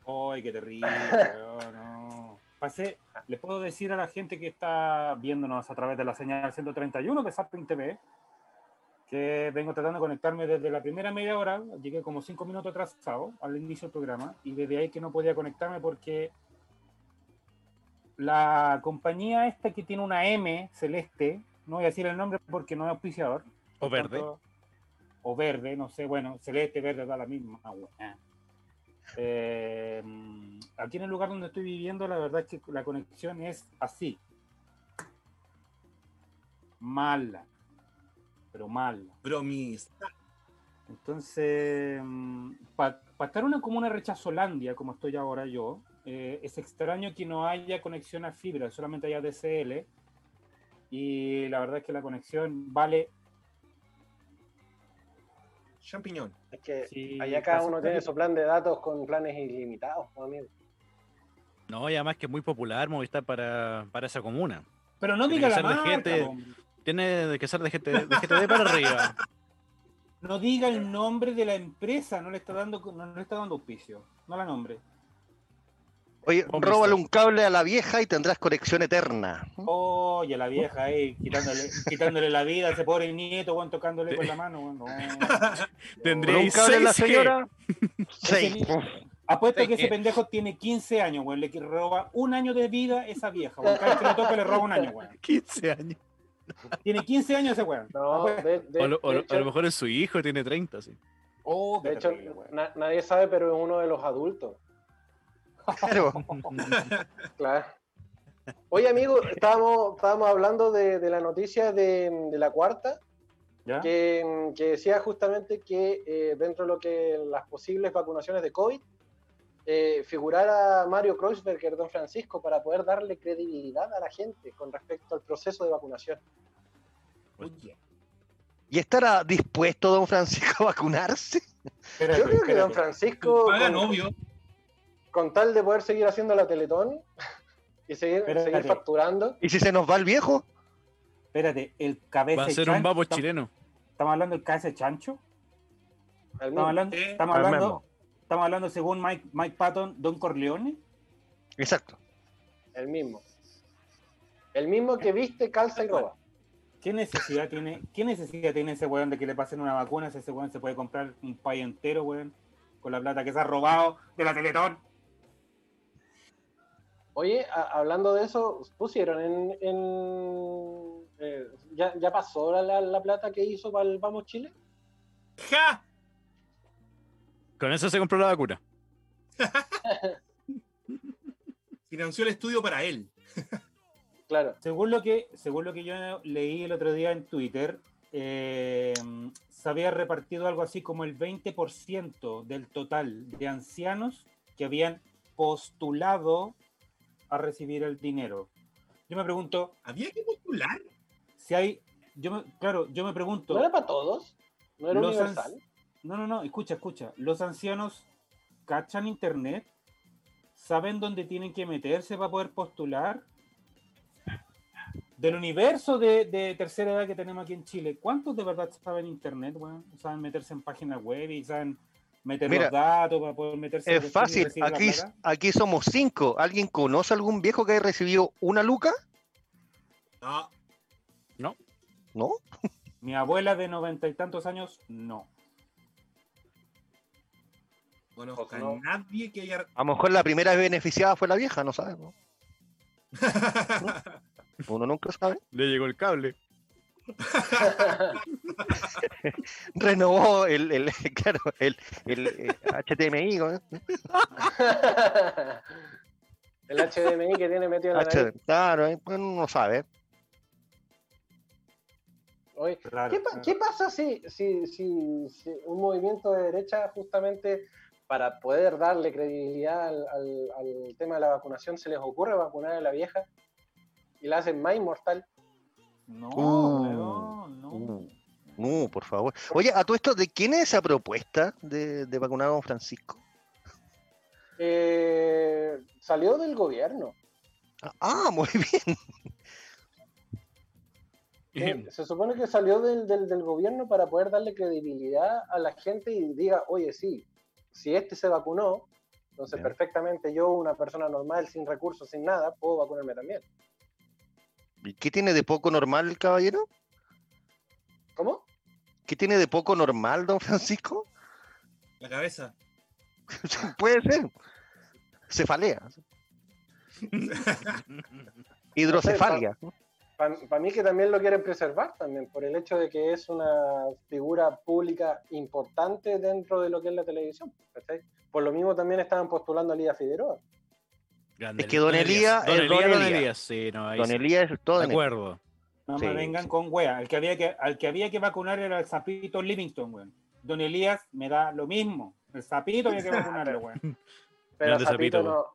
S5: Ay, qué terrible, weón, no. Pasé, les puedo decir a la gente que está viéndonos a través de la señal 131 de Zapping TV que vengo tratando de conectarme desde la primera media hora, llegué como cinco minutos atrasado al inicio del programa y desde ahí que no podía conectarme porque la compañía esta que tiene una M celeste, no voy a decir el nombre porque no es auspiciador,
S3: O verde.
S5: tanto- o verde, no sé, bueno, celeste, verde, da la misma. weá. Eh, aquí en el lugar donde estoy viviendo, la verdad es que la conexión es así. Mala. Pero mala.
S4: Bromis.
S5: Entonces, para estar una comuna rechazolandia, como estoy ahora yo, eh, es extraño que no haya conexión a fibra, solamente haya DSL. Y la verdad es que la conexión vale
S4: Champiñón.
S2: Es que
S5: Sí,
S2: Eh, allá cada
S5: pasa
S2: uno
S5: por
S2: tiene
S5: ahí.
S2: su plan de datos con planes ilimitados, pues, amigo.
S3: No, y además que es muy popular Movistar para, para esa comuna.
S5: Pero no
S3: Tiene
S5: diga
S3: que
S5: la
S3: ser de
S5: marca,
S3: gente-
S5: hombre.
S3: Tiene que ser de, GT, de GTD para arriba.
S5: No diga el nombre de la empresa, no le está dando, no le está dando auspicio. No la nombre.
S1: Oye,
S3: Vos,
S1: róbale
S3: mister.
S1: un cable a la vieja y tendrás conexión eterna.
S5: Oye, la vieja ahí, quitándole, quitándole la vida a ese pobre nieto, weón, tocándole con la mano, weón. No.
S1: Con
S3: Tendría
S1: un cable a la
S3: 6G.
S1: señora.
S5: Ese
S1: Sí.
S5: ni- Apuesto que
S4: Sí.
S5: ese pendejo tiene 15 años, weón. Le que- roba un año de vida a esa vieja, weón. Cada vez que lo toca le roba un año, weón.
S3: 15 años.
S5: Tiene 15 años ese weón.
S2: No,
S5: Apuesto.
S2: de, de-
S3: O, lo- o
S2: de
S3: lo-
S2: hecho,
S3: a lo mejor es su hijo, tiene 30, sí.
S5: Oh, qué
S2: de hecho,
S5: terrible, weón.
S2: na- nadie sabe, pero es uno de los adultos.
S1: Claro.
S2: Claro. Oye, amigo, estábamos, estábamos hablando de, de la noticia de, de la cuarta,
S3: Ah.
S5: ¿Ya?
S2: que, que decía justamente que eh, dentro de lo que las posibles vacunaciones de COVID, eh, figurara Mario Kreuzberger, don Francisco, para poder darle credibilidad a la gente con respecto al proceso de vacunación.
S4: Oye,
S1: ¿Y estará dispuesto don Francisco a vacunarse?
S5: Espérate,
S2: Yo creo que don
S5: espérate.
S2: Francisco,
S4: pagan,
S2: con,
S4: obvio.
S2: con tal de poder seguir haciendo la Teletón y seguir,
S5: Espérate.
S2: seguir facturando,
S1: ¿Y si se nos va el viejo?
S5: Espérate, el cabeza.
S3: Va a ser
S5: chancho-
S3: un babo
S5: ¿Estamos-
S3: chileno.
S5: ¿Estamos hablando del cabeza de chancho?
S2: al
S5: ¿Estamos
S2: mismo.
S5: hablando,
S4: Sí.
S5: estamos
S1: Al
S5: hablando,
S1: mismo.
S5: estamos hablando según Mike, Mike Patton, Don Corleone?
S1: Exacto.
S2: El mismo. El mismo que viste, calza y roba.
S5: ¿Qué necesidad tiene, qué necesidad tiene ese weón de que le pasen una vacuna si ese weón se puede comprar un país entero, weón? Con la plata que se ha robado de la Teletón.
S2: Oye, a- hablando de eso, pusieron en. en- eh, ya, ya pasó la- la, la plata que hizo para el Vamos Chile?
S4: ¡Ja!
S3: Con eso se compró la vacuna.
S4: Financió el estudio para él.
S2: Claro.
S5: Según lo que, según lo que yo leí el otro día en Twitter, eh, se había repartido algo así como el 20% del total de ancianos que habían postulado a recibir el dinero. Yo me pregunto,
S4: Había que postular.
S5: si hay, yo me- claro, yo me pregunto,
S2: ¿No era para todos? ¿No era
S5: Los
S2: universal?
S5: No, no, no, escucha, escucha. Los ancianos cachan internet, saben dónde tienen que meterse para poder postular. Del universo de, de tercera edad que tenemos aquí en Chile, ¿cuántos de verdad saben internet, weón? Saben meterse en páginas web y saben meter
S1: Mira,
S5: los datos para poder meterse en
S1: Es
S5: cuestión y
S1: fácil.
S5: recibir la
S1: Aquí,
S5: plata?
S1: aquí somos cinco. ¿Alguien conoce algún viejo que haya recibido una luca?
S4: No,
S1: ¿No?
S5: Mi abuela de noventa y tantos años, no.
S4: conozco
S2: Ojo, no.
S4: a nadie que haya.
S1: A lo mejor la primera beneficiada fue la vieja, no sabes. ¿no? Uno nunca sabe.
S3: Le llegó el cable.
S1: Renovó el, el, claro, el, el, eh, HDMI. ¿no?
S2: el HDMI que tiene metido en la nariz.
S1: HD, claro, eh, uno no sabe.
S2: Oye,
S5: Raro.
S2: ¿Qué, pa- qué pasa si, si- si- si un movimiento de derecha justamente para poder darle credibilidad al, al- al tema de la vacunación se les ocurre vacunar a la vieja y la hacen más inmortal?
S5: No,
S1: Uh,
S5: weón, no.
S1: uh. No, por favor. Oye, a todo esto, ¿de quién es esa propuesta de, de vacunar a don Francisco?
S2: Eh, salió del gobierno.
S1: Ah, muy bien.
S2: Eh, Se supone que salió del, del- del gobierno para poder darle credibilidad a la gente y diga, oye, sí, si este se vacunó, entonces
S1: Ya.
S2: perfectamente yo, una persona normal, sin recursos, sin nada, puedo vacunarme también.
S1: ¿Y qué tiene de poco normal el caballero?
S2: ¿Cómo?
S1: ¿Qué tiene de poco normal don Francisco?
S4: La cabeza.
S1: Puede ser. Cefalea. Hidrocefalia.
S2: Para mí que también lo quieren preservar también, por el hecho de que es una figura pública importante dentro de lo que es la televisión. ¿cachai? Por lo mismo también estaban postulando a Lía Figueroa.
S3: Grande
S1: Es que don Elías
S3: Don
S1: es don
S3: Elías, don
S1: Elías.
S3: Elías, sí, no, ahí
S1: Don
S3: sí.
S1: Elías es todo
S3: De
S1: en él.
S3: acuerdo.
S5: No
S1: Sí,
S5: me vengan
S1: sí.
S5: con wea. Al que, había que, al que había que vacunar era el sapito Livingston, weón. Don Elías me da lo mismo. El sapito había que vacunarlo, weón.
S2: Pero
S3: Grande
S2: Zapito
S3: Zapito,
S2: no.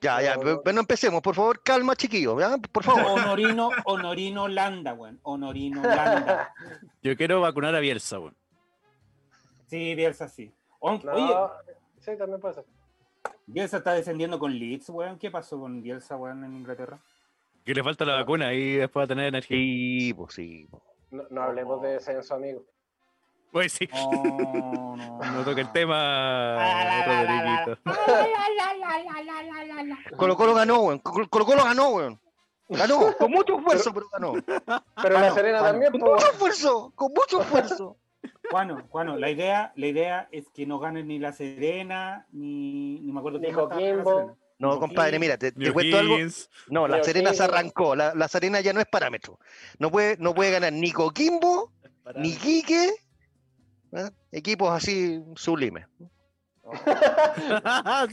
S1: Ya, ya.
S2: Pero-
S1: Bueno, empecemos. Por favor, calma, chiquillo. ¿ya? Por favor.
S5: Honorino, Honorino Landa, weón. Honorino Landa.
S3: Yo quiero vacunar a Bielsa, weón.
S5: Sí, Bielsa sí. Aunque-
S2: No,
S5: Oye,
S2: sí, también puede ser.
S5: Bielsa está descendiendo con Leeds, weón. ¿Qué pasó con Bielsa, weón, en Inglaterra?
S3: Que le falta la vacuna y después va a tener energía.
S1: Sí, pues sí. po.
S2: No, no hablemos de descenso, amigo.
S3: Pues sí,
S5: No, no.
S3: no toque el tema, Rodrigo.
S1: Colo Colo ganó, weón. Colo Colo Colo ganó, weón. Ganó, con mucho esfuerzo, pero ganó.
S2: Pero
S5: Ah,
S2: la
S5: no,
S2: Serena
S5: ah, no.
S2: también,
S1: Con
S2: po,
S1: mucho esfuerzo, con mucho esfuerzo.
S5: Juano, Juano, la idea, la idea es que no ganen ni la Serena, ni, ni me acuerdo
S2: Ni
S5: quién más estaba en la
S2: Coquimbo.
S5: Serena.
S1: No, compadre, mira, te, te cuento algo. No, la
S2: Pero
S1: Serena se
S2: sí, no.
S1: arrancó, la, la Serena ya no es parámetro. No puede, no puede ganar ni Coquimbo, ni Quique. ¿eh? Equipos así sublimes.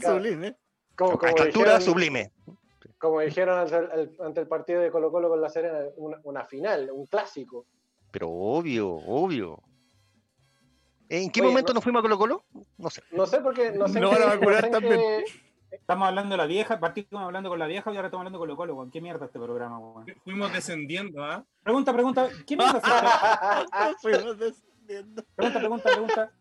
S3: Sublime.
S1: A
S2: Como, como
S1: esta altura,
S2: dijeron-
S1: sublime.
S2: como dijeron ante el, al- ante el partido de Colo Colo con la Serena, una, una final, un clásico.
S1: Pero obvio, obvio. ¿En qué
S2: Oye,
S1: momento
S2: Ro-
S1: nos fuimos a Colo Colo? No sé.
S2: No sé por qué. No, sé
S3: No
S2: en qué-
S3: van a vacunar
S2: sé en
S3: también.
S2: qué-
S5: Estamos hablando de la vieja, partimos hablando con la vieja y ahora estamos hablando con Colo Colo, weón. ¿Qué mierda este programa, weón?
S4: Fuimos descendiendo, ¿ah?
S5: Pregunta, pregunta, ¿qué mierda es esto?
S3: Fuimos descendiendo.
S5: Pregunta, pregunta, pregunta.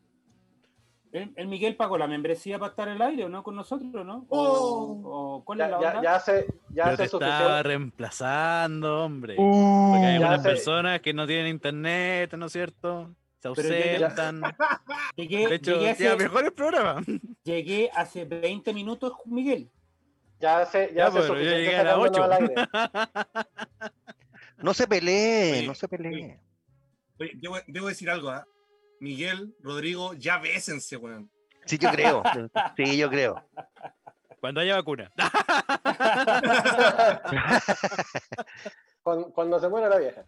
S5: ¿El, el Miguel pagó la membresía para estar al aire o no con nosotros, no? ¿O, o cuál es la
S2: Oh. Ya,
S5: onda?
S2: ya, ya hace, ya
S3: Pero te
S2: hace
S3: estaba
S2: suficiente.
S3: reemplazando, hombre. Porque hay
S1: Uh,
S2: ya
S3: algunas
S2: sé.
S3: personas que no tienen internet, ¿no es cierto? Se
S5: Pero yo ya-
S3: ausentan.
S5: Llegué,
S3: De hecho,
S5: llegué, hace,
S3: ya mejor el programa.
S5: llegué hace 20 minutos, Miguel.
S2: Ya hace, ya
S3: Ya,
S2: hace
S3: pero yo
S2: suficiente.
S3: llegué a las
S2: sacándonos
S3: ocho.
S2: al aire.
S1: No se pelee,
S4: Oye,
S1: no se pelee.
S4: Oye, debo, debo decir algo, ¿ah? Miguel, Rodrigo, ya bésense, weón.
S1: Sí, yo creo. Sí, yo creo.
S3: Cuando haya vacuna.
S2: Cuando, cuando se muera la vieja.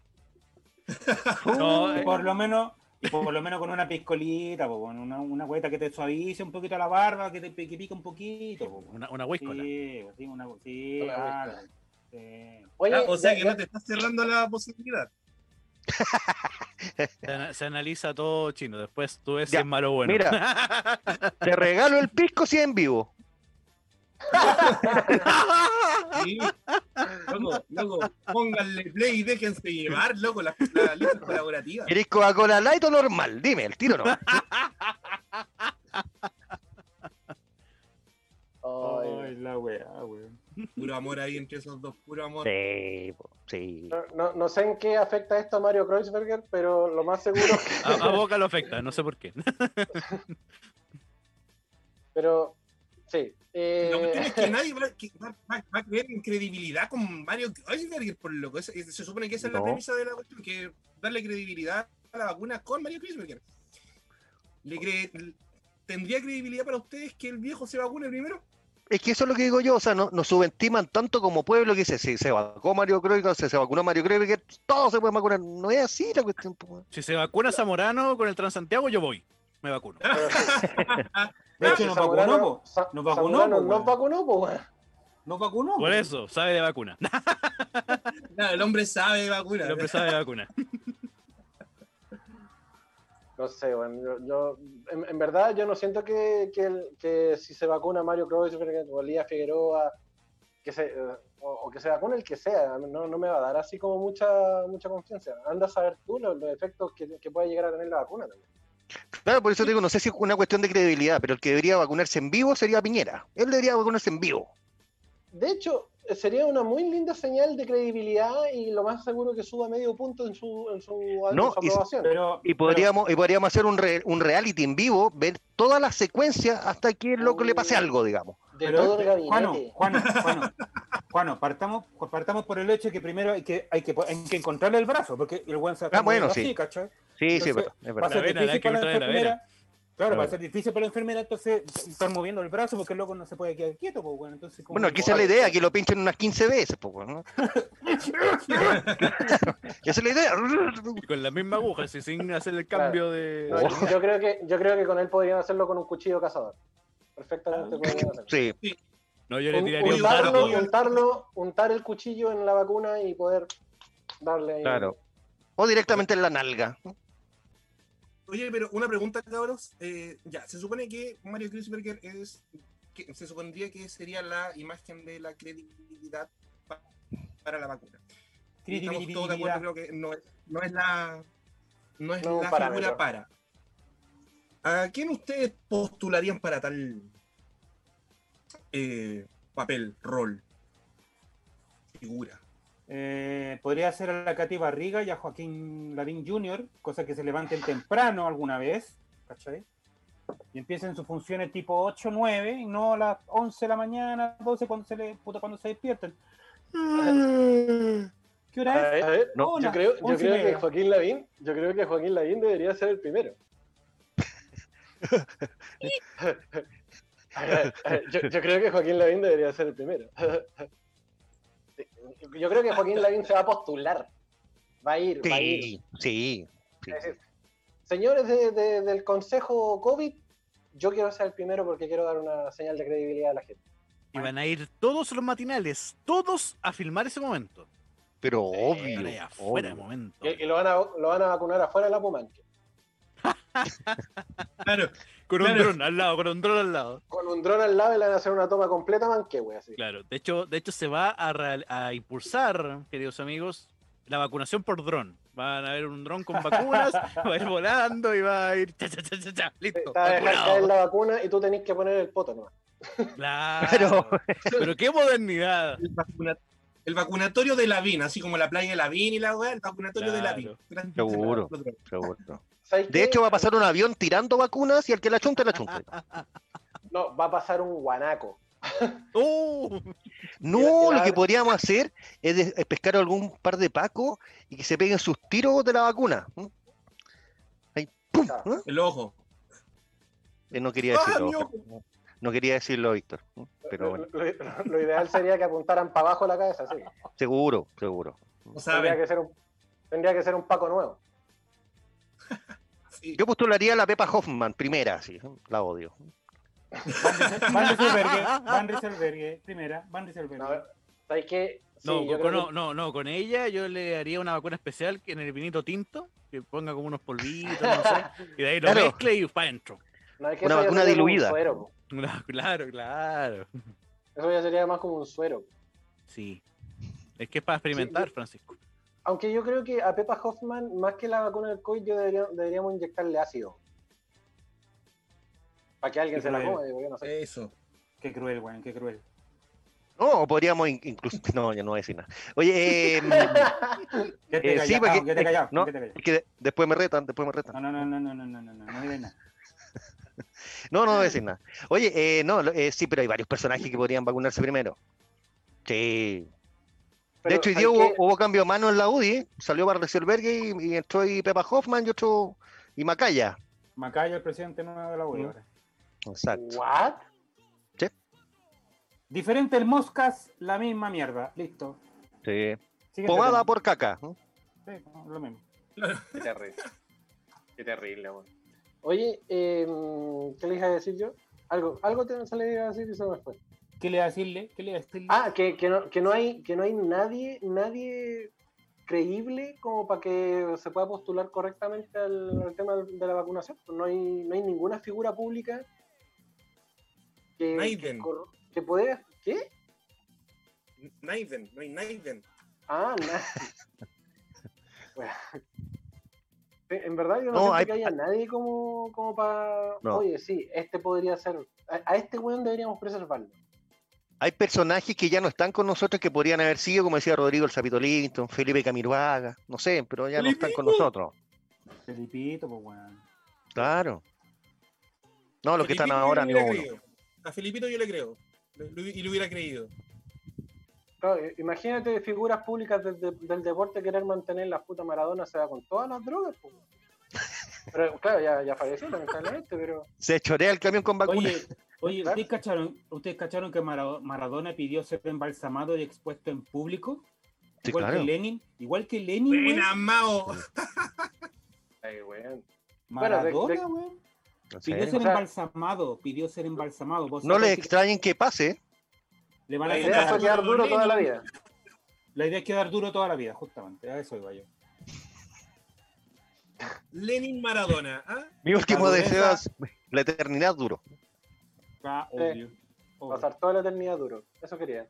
S3: No,
S5: Y
S3: eh,
S5: por lo menos, y por lo menos con una piscolita, po, con una, una hueta que te suavice un poquito la barba, que te pi- que pica un poquito. po.
S3: Una, una huíscola.
S5: Sí, sí, una sí,
S2: Una
S5: claro,
S2: huesca.
S5: sí.
S2: Oye,
S4: Ah, o sea
S2: ya-
S4: que
S2: ya-
S4: no te estás cerrando la posibilidad.
S3: Se, ana- se analiza todo chino. Después tú ves si
S1: Ya,
S3: es malo o bueno.
S1: mira. Te regalo el pisco si es en vivo.
S4: Sí. Loco, loco, pónganle play y déjense llevar, loco, las las listas colaborativas.
S1: ¿Querés Coca-Cola light o normal? Dime, el tiro no.
S5: Ay,
S2: Ay,
S5: la weá, weón.
S4: Puro amor ahí entre esos dos, puro amor.
S1: Sí, po, sí.
S2: no, no- no sé en qué afecta esto a Mario Kreuzberger, pero lo más seguro. que-
S3: A, a Boca lo afecta, no sé por qué.
S2: pero sí. eh,
S4: La cuestión es que nadie va, que va- va- va a creer en credibilidad con Mario Kreuzberger, por loco. Es- es- se supone que esa es la
S1: No.
S4: premisa de la cuestión, que darle credibilidad a la vacuna con Mario Kreuzberger. Le cre- ¿Tendría credibilidad para ustedes que el viejo se vacune primero?
S1: Es que eso es lo que digo yo, o sea, no, nos subestiman tanto como pueblo que dice, si se vacunó Mario Kroeger, si se vacunó Mario Kroeger, todos se pueden vacunar. No es así la cuestión. po, weón.
S3: Si se vacuna Zamorano con el Transantiago, yo voy. Me vacuno.
S2: pero sí,
S5: De hecho, nos
S2: Zamorano-
S5: vacunó, po.
S2: Sa-
S5: Nos vacunó,
S2: Zamorano
S5: po,
S2: nos
S5: weón.
S2: vacunó, po, weón.
S5: Nos vacunó.
S3: Por
S5: weón.
S3: eso, sabe de vacuna.
S4: Claro, el hombre sabe de vacuna.
S3: El hombre sabe de vacuna.
S2: No sé, weón, yo, yo- en, en verdad yo no siento que, que, el- que si se vacuna Mario Kreuzberger o Elías Figueroa, que se, eh, o, o que se vacune el que sea, no, no me va a dar así como mucha mucha confianza. Anda a saber tú los, los efectos que, que puede llegar a tener la vacuna también.
S1: Claro, por eso te digo, no sé si es una cuestión de credibilidad, pero el que debería vacunarse en vivo sería Piñera. Él debería vacunarse en vivo.
S2: De hecho, eh, sería una muy linda señal de credibilidad y lo más seguro que suba medio punto en su, en su, en
S1: No,
S2: su
S1: y-
S2: aprobación.
S5: Pero,
S1: Y podríamos, y podríamos hacer un, re- un reality en vivo, ver toda la secuencia hasta que el loco le pase algo, digamos.
S2: de
S5: pero-
S2: todo el
S5: pero- Juano,
S2: gabinete.
S5: Juano, Juano, Juano, partamos, partamos por el hecho de que primero hay que, hay que, hay que encontrarle el brazo, porque el buen se
S1: Ah, bueno,
S5: así,
S1: sí.
S5: ¿cachai?
S1: Sí, sí,
S5: Entonces,
S1: es verdad, es
S5: Va
S1: verdad.
S5: a ser
S3: La vena, la
S5: difícil
S3: que
S5: para la
S3: trae la
S5: enfermera. Claro,
S1: La
S5: va a
S1: vena.
S5: ser difícil para la enfermera, entonces estar moviendo el brazo porque el loco no se puede quedar quieto. Pues, bueno, entonces, como-
S1: Bueno, aquí esa es la idea, que lo pinchen unas 15 veces, po, weón, ¿no? Esa es la idea.
S3: Y con la misma aguja, así, sin hacer el cambio de.
S2: No, yo, yo creo que, yo creo que con él podrían hacerlo con un cuchillo cazador. Perfectamente podrían hacerlo.
S1: Sí,
S3: No, yo le
S2: Un-
S3: tiraría un
S2: untarlo,
S3: dardo.
S2: untarlo, untar el cuchillo en la vacuna y poder darle. ahí.
S1: Claro. o directamente en la nalga.
S4: Oye, pero una pregunta, cabros. Eh, ya, se supone que Mario Kreuzberger es. Que, se supondría que sería la imagen de la credibilidad pa- para la vacuna. Y Estamos todos de acuerdo, creo que no es, no es la. No es
S2: No es un
S4: la
S2: parámetro.
S4: figura para. ¿A quién ustedes postularían para tal eh, papel, rol, figura?
S5: Eh, podría ser a la Katy Barriga y a Joaquín Lavín Jr., cosa que se levanten temprano alguna vez, ¿cachai? Y empiecen sus funciones tipo 8, 9, y no a las 11 de la mañana, 12, cuando se, le, puta, cuando se despierten. ¿Qué
S2: A
S5: hora es?
S2: ver,
S5: No,
S2: yo
S5: una-
S2: creo, yo
S5: once y
S2: creo que
S5: media.
S2: Joaquín Lavín, yo creo que Joaquín Lavín debería ser el primero. yo, yo creo que Joaquín Lavín debería ser el primero. yo creo que Joaquín Lavín se va a postular. Va a ir, va a ir.
S1: Sí, sí. sí.
S2: Es decir, Señores de- de- del Consejo COVID, yo quiero ser el primero porque quiero dar una señal de credibilidad a la gente.
S3: Y van a ir todos los matinales, todos a filmar ese momento.
S1: Pero
S3: Van a ir
S1: obvio.
S3: afuera de
S1: obvio.
S3: momento.
S2: Y, y lo, van a, lo van a vacunar afuera de la Pumanque.
S4: Claro,
S3: Con un
S4: Claro.
S3: dron al lado, con un dron al lado.
S2: Con un dron al lado y le van a hacer una toma completa manquehue, así.
S3: Claro, de hecho, de hecho se va a, real- a impulsar, queridos amigos, la vacunación por dron. Van a ver un dron con vacunas, va a ir volando y va a ir cha, cha, cha, cha, cha, listo,
S2: Te va a dejar caer
S3: vacunado.
S2: la vacuna y tú tenés que poner el poto nomás.
S3: Claro. Pero qué modernidad.
S4: el, vacuna- el vacunatorio de Lavín, así como la playa de Lavín y la weá, el vacunatorio de
S3: Claro.
S4: Lavín. Gran-
S1: Seguro.
S4: otro.
S1: Seguro.
S2: ¿Sabes
S1: De
S2: qué?
S1: hecho, va a pasar un avión tirando vacunas y el que la chunte, la chunte.
S2: No, va a pasar un guanaco.
S3: ¡Uh!
S1: No, lo que podríamos hacer es, de- es pescar algún par de pacos y que se peguen sus tiros de la vacuna. ¿Mm? Ahí, ¡pum!
S2: Claro.
S1: ¿eh?
S4: El ojo.
S1: Eh, No quería
S4: ¡Ah,
S1: decirlo.
S4: mi
S1: Oscar. No quería decirlo, Víctor. ¿Mm? Pero
S2: Lo-
S1: bueno,
S2: lo, lo- lo ideal sería que apuntaran para abajo la cabeza, sí.
S1: seguro, seguro.
S4: No
S2: Tendría
S4: saben.
S2: que ser un, tendría que ser un Paco nuevo.
S4: Sí.
S1: Yo postularía a la Pepa Hoffman, primera, sí. ¿eh? La odio.
S5: Van Rieselbergue, Van Rieselbergue, primera, Van Rieselbergue.
S2: No, ¿Sabes qué? Sí,
S3: No,
S2: yo
S3: con- con,
S2: creo
S3: no, no, no, con ella yo le haría una vacuna especial que en el vinito tinto, que ponga como unos polvitos, no sé, y de ahí lo
S1: Claro.
S3: mezcle y para adentro.
S2: que- no, es
S1: una
S2: que eso ya
S1: vacuna
S2: sería como un
S1: diluida.
S2: suero, po.
S3: Claro, claro, claro.
S2: eso ya sería más como un suero.
S3: Sí. Es que es para experimentar, Francisco.
S2: Aunque yo creo que a Pepa Hoffman, más que la vacuna del COVID, yo debería- deberíamos inyectarle ácido. Para que alguien
S5: Sí,
S2: se la
S5: pero-
S2: coma, digo, yo no sé.
S4: Eso.
S5: Qué cruel, weón, qué cruel.
S1: No, o podríamos in- incluso. No, ya no voy a decir nada. Oye, eh,
S5: Que
S1: Eh,
S5: te
S1: sí,
S5: callado,
S1: porque-
S5: que te callado,
S1: no.
S5: que te callado.
S1: es que después me retan, después me retan.
S5: No, no, no, no, no, no, no, no, no, no digas nada.
S1: No, no voy a decir nada. Oye, eh, no, lo- eh, sí, pero hay varios personajes que podrían vacunarse primero. Sí.
S2: Pero
S1: de hecho, hoy
S2: ¿sabes
S1: día hubo,
S2: qué?
S1: hubo cambio de mano en la UDI. ¿eh? Salió para y, y entró ahí Pepa Hoffman y otro. Y Macaya.
S5: Macaya, el presidente nuevo de la UE
S1: Mm.
S5: ahora.
S1: Exacto.
S2: ¿What?
S5: Diferente el Moscas, la misma mierda. Listo.
S1: Sí.
S5: Siguiente
S1: Pomada
S5: tema.
S1: por caca. ¿eh? ¿no?
S5: Sí, no, lo mismo.
S2: Qué terrible. Qué terrible, weón. Oye, em, ¿qué le iba a decir yo? Algo, algo te se le iba a decir y se me fue.
S5: ¿Qué le iba a decirle? ¿Qué le iba a decirle?
S2: Ah, que, que no, que no hay, que no hay nadie, nadie creíble como para que se pueda postular correctamente al, al tema de la vacunación. Pues No hay, no hay ninguna figura pública que, que,
S4: Naiden.
S2: cor- que pueda. ¿Qué?
S4: Naiden, no hay Naiden.
S2: Ah, nada. En verdad yo no,
S1: No,
S2: siento
S1: hay-
S2: que haya nadie como, como para...
S1: No.
S2: Oye, sí, este podría ser... A, a este weón deberíamos preservarlo.
S1: Hay personajes que ya no están con nosotros que podrían haber sido, como decía Rodrigo el Zapitolito, Felipe Camiruaga, no sé, pero ya no están con nosotros.
S5: Felipito, pues weón.
S1: Claro. No, los que están
S4: Felipito yo
S1: ahora,
S4: le
S1: ni uno.
S4: hubiera creído. A Felipito yo le creo. Le- le- Y lo hubiera creído.
S2: Claro, i- imagínate figuras públicas del, de- del deporte querer mantener la puta Maradona se va con todas las drogas. po. Pero claro, ya, ya falleció lamentablemente, pero...
S1: Se chorea el camión con vacunas.
S5: Oye, oye
S2: Claro.
S5: ¿ustedes, cacharon, ¿ustedes cacharon que Mara- Maradona pidió ser embalsamado y expuesto en público?
S1: sí,
S5: igual
S1: claro.
S5: que Lenin. Igual que Lenin, weón.
S4: Buena, Mao.
S2: Ay, weón. Bueno, de-
S5: Maradona,
S2: de-
S5: weón.
S1: No, sé.
S5: Pidió ser
S2: O sea-
S5: embalsamado, pidió ser embalsamado. Vos
S1: No le
S5: sabés que
S1: extrañen que pase.
S5: le van a
S4: La
S2: La
S4: Ahí
S2: idea
S5: sacar-
S2: fue quedar duro toda la vida.
S5: La idea es quedar duro toda la vida, justamente. A eso iba yo.
S4: Lenin Maradona. ¿ah?
S1: Mi último
S5: dureza-
S1: deseo es la eternidad duro.
S5: Ah, obvio. Obvio.
S2: Pasar toda la eternidad duro. Eso quería.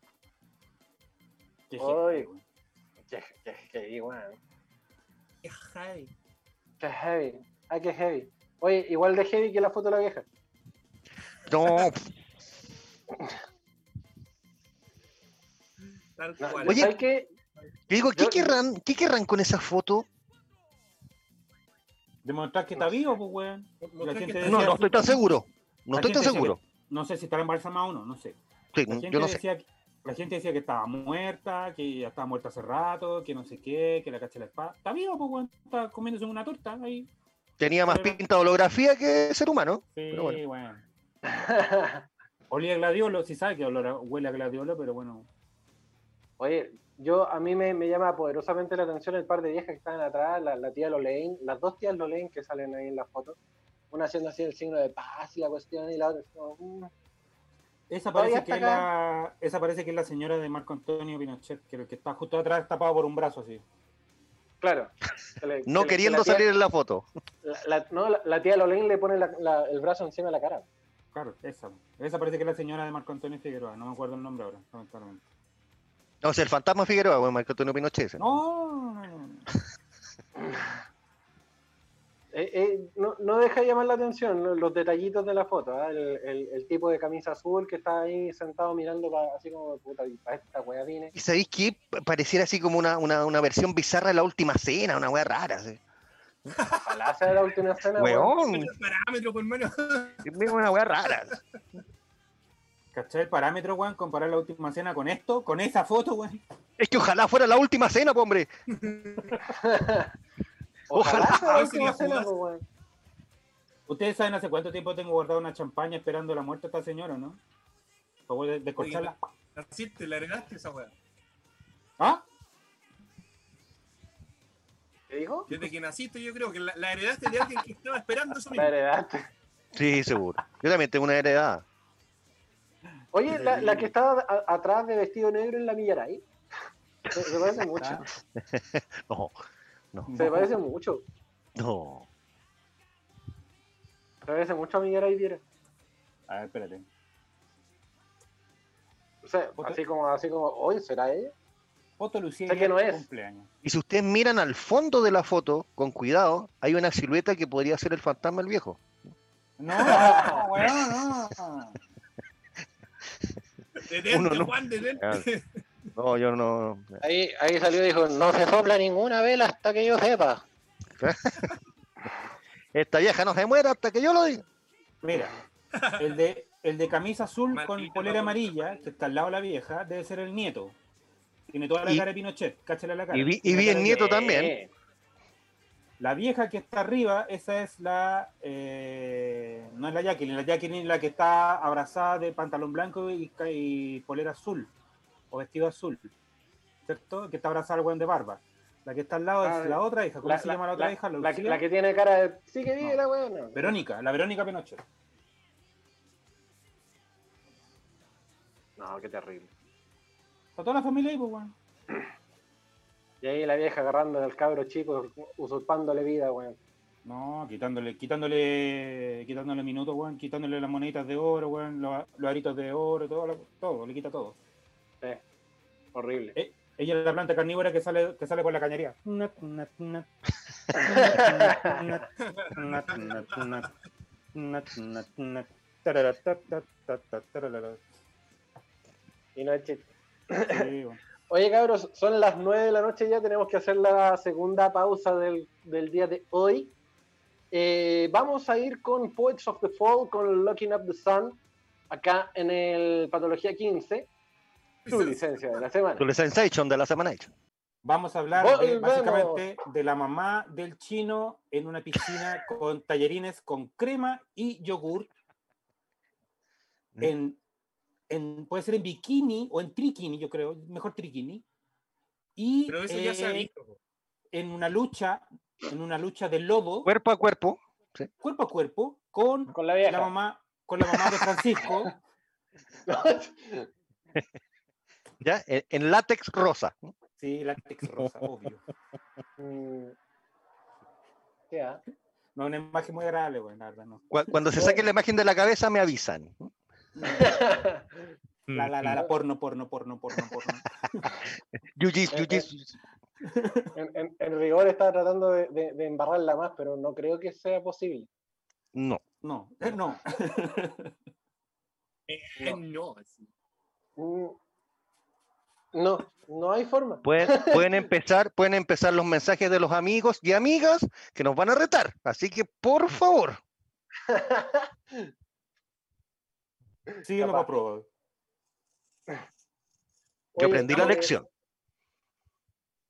S5: Qué
S2: Ay.
S5: gente, weón.
S2: Qué, qué, qué weón.
S4: Qué jai.
S2: Qué heavy. Ay, qué heavy. Oye, igual de heavy que la foto de la vieja.
S1: No,
S4: Tal
S2: No,
S4: cual.
S1: Oye,
S2: ¿sabes qué?
S1: Yo digo, ¿qué,
S2: Yo-
S1: querrán, ¿qué querrán con esa foto?
S5: Demostrar que está
S2: No sé.
S5: vivo, pues, weón.
S4: Mostrar que
S5: gente
S4: está-
S5: decía-
S1: Eh, No, no estoy tan seguro. No estoy
S5: La
S1: tan
S5: gente decía
S1: seguro.
S5: No sé si estará embalsamado o no, no sé.
S1: Sí,
S5: La gente,
S1: yo no sé.
S5: decía, que- la gente decía que estaba muerta, que ya estaba muerta hace rato, que no sé qué, que la caché la espada. Está vivo, pues, weón. Está comiéndose una torta ahí.
S1: Tenía más
S5: pero-
S1: pinta de holografía que ser humano.
S5: Sí,
S1: Pero bueno.
S5: weón. Olía a gladiolo, sí sabe que olor a- huele a gladiolo, pero bueno.
S2: Oye, yo a mí me, me llama poderosamente la atención el par de viejas que están atrás, la, la tía Lolaine, las dos tías Lolaine que salen ahí en la foto. Una haciendo así el signo de paz y la cuestión y la otra. así como, mm.
S5: Esa
S2: Todavía
S5: parece, que
S2: está
S5: es la, esa parece que es la señora de Marco Antonio Pinochet, que, que está justo atrás tapado por un brazo así.
S2: Claro. que le- que
S1: No
S2: le-
S1: queriendo
S2: que la tía-
S1: salir en la foto.
S2: la- la- no, la, la tía Lolaine le pone la- la- el brazo encima de la cara.
S5: Claro, esa. Esa parece que es la señora de Marco Antonio Figueroa. No me acuerdo el nombre ahora, lamentablemente.
S1: No, es el fantasma Figueroa, bueno, Marco Antonio Pinochet. ese.
S5: No, no, no, no.
S2: Eh, eh, no, no deja llamar la atención lo- los detallitos de la foto, ¿ah? el, el- el tipo de camisa azul que está ahí sentado mirando pa- así como, puta, y pa' esta wea vine.
S1: ¿Y sabéis qué? Pa- Pareciera así como una, una, una versión bizarra de la última cena, una wea rara. así.
S2: Ojalá sea la última escena. weón.
S1: Weón,
S4: Pero el parámetro, pues, hermano.
S1: es una wea rara.
S5: ¿Cachai el parámetro, weón? Comparar la última cena con esto, con esa foto, weón.
S1: Es que ojalá fuera la última cena, po, hombre.
S2: Ojalá
S1: Ojalá.
S2: sea la
S4: Sería
S2: última escena,
S4: fugaz.
S2: pues, weón.
S5: Ustedes saben hace cuánto tiempo tengo guardado una champaña esperando la muerte de esta señora, ¿no? Acabo de descorcharla.
S4: La hiciste, la heredaste esa weá.
S5: ¿Ah?
S2: ¿Te dijo?
S4: Desde que naciste, yo creo que la, la heredaste de alguien que estaba esperando eso mismo.
S2: La heredaste.
S1: Sí, seguro. Yo también tengo una heredada.
S2: Oye, la, la que estaba a- atrás de vestido negro en la Millaray. Se, se parece mucho.
S5: Ah.
S1: No,
S2: Se parece mucho.
S1: no.
S2: Se parece mucho a Millaray, viera.
S5: A ver, espérate.
S2: O sea, así como, así como, oye, ¿será ella?
S5: Foto Lucía
S2: Sé que no
S5: Aguilar,
S2: es.
S5: cumpleaños.
S1: Y si ustedes miran al fondo de la foto, con cuidado, hay una silueta que podría ser el fantasma del viejo.
S5: No, weón, no.
S4: Detente,
S1: Uno no.
S4: Juan, detente.
S1: No, yo no.
S2: Ahí, ahí salió y dijo, no se sopla ninguna vela hasta que yo sepa.
S1: Esta vieja no se muera hasta que yo lo diga.
S5: Mira, el de, el de camisa azul con
S4: Maldita
S5: polera
S4: la
S5: amarilla, que está al lado de la vieja, debe ser el nieto. Tiene toda la
S1: Y-
S5: cara de Pinochet, cáchale la cara.
S1: Y, vi- y
S5: Tiene
S1: vi el
S5: cara de-
S1: nieto también.
S5: La vieja que está arriba, esa es la. eh, no es la Jacqueline, la Jacqueline es la que está abrazada de pantalón blanco y, ca- y polera azul, o vestido azul, ¿cierto? Que está abrazada al buen de barba. La que está al lado
S2: Ah,
S5: es la otra hija, ¿cómo
S2: La,
S5: se llama la otra hija? ¿La
S2: la-
S5: auxilia?
S2: la que tiene cara de, sí que vive
S5: No.
S2: la weona.
S5: Verónica, la Verónica Pinochet.
S2: No, qué terrible.
S5: Está toda la familia ahí, pues, weón.
S2: Y ahí la vieja agarrando al cabro chico, usurpándole vida, weón.
S5: No, quitándole, quitándole, quitándole minutos, weón, quitándole las moneditas de oro, weón, los, los aritos de oro, todo, lo- todo, le quita todo.
S2: Horrible.
S5: Eh, ella es la planta carnívora que sale, que sale con la cañería.
S2: Y no es chiste.
S5: Sí, weón.
S2: Oye, cabros, son las 9 de la noche ya, tenemos que hacer la segunda pausa del, del día de hoy. Eh, vamos a ir con Poets of the Fall, con Locking Up the Sun, acá en el Patología 15, tu licencia de la semana.
S1: Con el sensation de la semana hecha.
S5: Vamos a hablar de,
S2: Volvemos.
S5: básicamente de la mamá del chino en una piscina con tallerines con crema y yogur.
S1: Mm.
S5: En, en- puede ser en bikini o en triquini, yo creo, mejor triquini. Y
S4: Pero eso ya se ha
S5: eh,
S4: visto. po.
S5: en una lucha, en una lucha de lobo,
S1: Cuerpo a cuerpo.
S5: cuerpo a cuerpo, con
S2: Con la
S5: la
S2: vieja.
S5: mamá, con la mamá de Francisco,
S1: ¿ya? En, en látex rosa.
S5: sí, la ex rosa, obvio.
S2: Mm. Ya.
S5: No, una imagen muy agradable, güey, la verdad, no.
S1: Cu- Cuando se saque la imagen de la cabeza, me avisan.
S3: Mm,
S5: La, la, la, la, porno, porno, porno, porno, porno.
S1: Yujis,
S2: Eh,
S1: yujis,
S2: eh.
S1: yujis.
S2: En, en- en rigor estaba tratando de, de- de embarrarla más, pero no creo que sea posible.
S1: No.
S5: No, eh, no.
S4: Eh, no. así.
S2: Mm. No, no hay forma.
S1: Pueden, pueden empezar, pueden empezar los mensajes de los amigos y amigas que nos van a retar. Así que, por favor.
S5: Síguelo
S2: Capaz.
S5: para probar.
S1: Yo
S2: Oye, eh,
S1: aprendí la
S2: estamos-
S1: lección.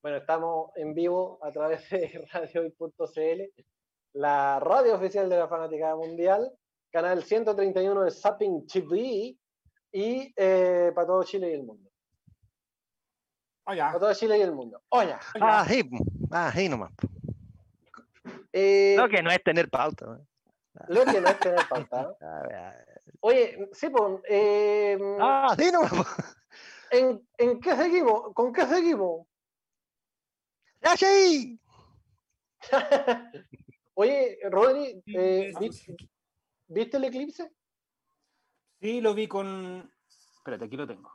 S2: Bueno, estamos en vivo a través de radiohoy.cl, la radio oficial de la Fanaticada Mundial, canal 131 de Sapping TV y eh, para todo Chile y el mundo.
S5: Ah, ya.
S2: Para todo Chile y el mundo. Oye,
S1: Ah, sí, ah, sí nomás.
S2: eh,
S1: Lo que no es tener pauta. ¿no?
S2: lo que no es tener pauta. ¿no?
S1: Ah, ah,
S2: Oye, sí, pues, eh,
S1: Ah, sí nomás.
S2: ¿en, en qué seguimos? ¿Con qué seguimos?
S1: Ya, sí.
S2: Oye, Rodri, eh,
S4: Eso
S2: vi-
S4: sí.
S2: ¿viste el eclipse?
S5: Sí, lo vi con. Espérate, aquí lo tengo.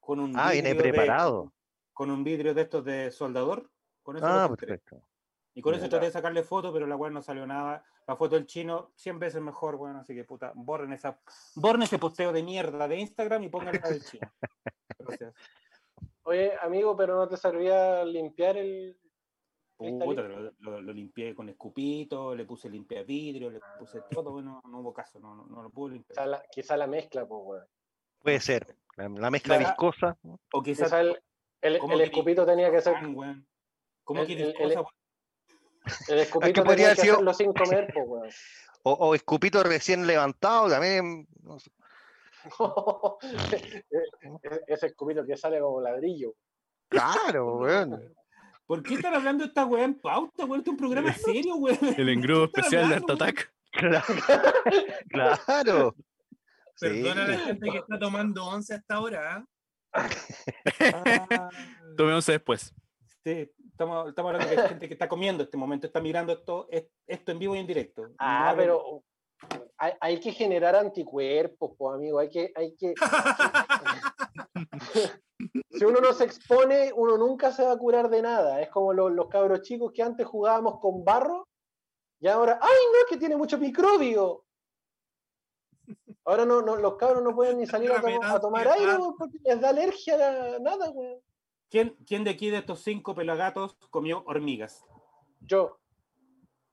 S5: Con un
S1: Ah, viene
S5: vidrio de-
S1: preparado.
S5: con un vidrio de estos de soldador. Con eso lo
S1: Ah,
S5: filtré.
S1: perfecto.
S5: Y con eso
S2: Ya.
S5: traté de sacarle foto, pero la weá no salió nada. La foto del chino, 100 veces mejor, weón. Así que puta, borren, esa, borren ese posteo de mierda de Instagram y pongan la del chino. Gracias.
S2: Oye, amigo, pero no te servía limpiar el... Está
S5: Puta,
S2: listo.
S5: lo, lo- lo limpié con escupito, le puse limpiar vidrio, le puse todo, bueno, no hubo caso, no, no, no lo pude
S2: Quizá
S5: limpiar.
S2: la, quizá la mezcla, pues, weón.
S1: Puede ser. La, la mezcla
S5: Claro.
S1: viscosa.
S5: O quizás
S2: Quizá el, el-
S5: ¿Cómo
S2: el
S5: que-
S2: escupito tenía que ser...
S5: pan, weón. ¿Cómo
S2: El-
S5: que
S2: el- el-
S5: viscosa, weón?
S2: El escupito
S1: podría
S2: tenía
S1: haber
S2: que
S1: sido-
S2: hacerlo sin comer, pues, weón.
S1: O, o escupito recién levantado también. no sé.
S2: E- Ese escupito que sale como ladrillo.
S1: Claro, weón.
S5: ¿Por qué están hablando esta weá en pauta, weón? Este es un programa serio, weón.
S3: El engrudo
S5: Está
S3: especial de
S5: hablando,
S3: Art Attack.
S1: Claro. claro. Sí.
S4: Perdona a la gente que está tomando once hasta ahora. ¿ah?
S5: Ah,
S3: Tomémoslo después.
S5: sí, estamos, estamos hablando de gente que está comiendo en este momento, está mirando esto, es- esto en vivo y en directo.
S2: Ah,
S5: No,
S2: pero... Hay, hay que generar anticuerpos, pues, amigo. Hay que... Hay que... Si uno no se expone, uno nunca se va a curar de nada. Es como lo- los cabros chicos que antes jugábamos con barro y ahora, ¡ay, no, es que tiene mucho microbio! Ahora no, no los cabros no pueden ni salir a, to- a tomar aire weón, porque les da alergia a la- nada, weón.
S5: ¿Quién, ¿Quién de aquí de estos cinco pelagatos comió hormigas?
S2: Yo,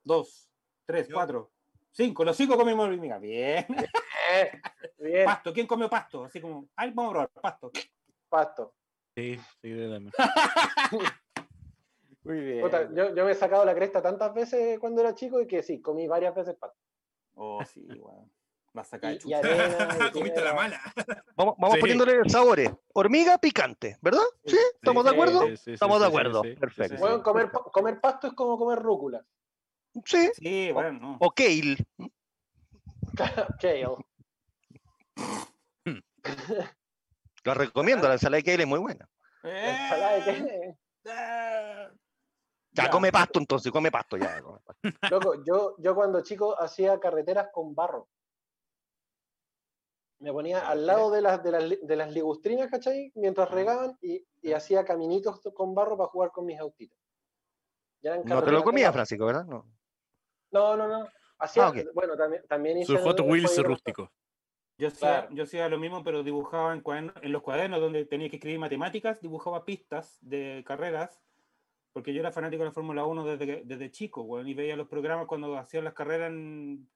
S5: Dos, tres,
S4: Yo.
S5: cuatro, cinco. Los cinco comimos hormigas. Bien.
S2: eh, bien,
S5: Pasto. ¿Quién comió pasto? Así como, ay, vamos a probar pasto.
S2: pasto.
S3: Sí, sí, también.
S5: Muy bien.
S2: Puta, yo, yo me he sacado la cresta tantas veces cuando era chico y que sí, comí varias veces pasto.
S5: Oh, sí, weón. Vas a sacar
S2: Y,
S5: de
S2: y
S5: chucha.
S2: arena. y
S4: Comiste
S2: piedra.
S4: la mala.
S1: Vamos, vamos
S3: Sí.
S1: poniéndole sabores. Hormiga picante, ¿verdad? ¿Sí? ¿Estamos de
S5: sí,
S1: acuerdo?
S3: sí, sí,
S1: Estamos
S3: sí,
S1: de
S3: sí,
S1: acuerdo.
S3: sí, sí, sí,
S1: Perfecto.
S3: sí, sí.
S2: Weón, comer, pa- comer pasto es como comer rúcula.
S1: Sí.
S5: Sí, bueno, no.
S1: O kale.
S2: Kale.
S1: Lo recomiendo, la ensalada de kale es muy buena.
S2: Ensalada de
S5: Eh,
S2: qué?
S5: eh.
S1: Ya,
S5: Ya.
S1: come pasto entonces, come pasto ya. come pasto.
S2: Loco, yo, yo cuando chico hacía carreteras con barro. Me ponía
S1: Ah,
S2: al lado de las, de las, li- de las ligustrinas, ¿cachai? Mientras regaban y,
S1: Ah.
S2: y hacía caminitos to- con barro para jugar con mis autitos. Ya eran
S1: No te
S2: carreteras
S1: lo
S2: de
S1: comías,
S2: barro.
S1: Francisco, ¿verdad? No.
S2: No, no, no. Hacía,
S1: Ah, ok.
S2: bueno, también, también hice...
S3: Su
S2: en-
S3: foto
S2: en
S3: Wills
S2: código-
S3: rústico.
S5: Yo hacía,
S2: Claro.
S5: yo hacía lo mismo, pero dibujaba en, cuaderno- en los cuadernos donde tenía que escribir matemáticas, dibujaba pistas de carreras, porque yo era fanático de la Fórmula 1 desde, que- desde chico, weón, y veía los programas cuando hacían las carreras en,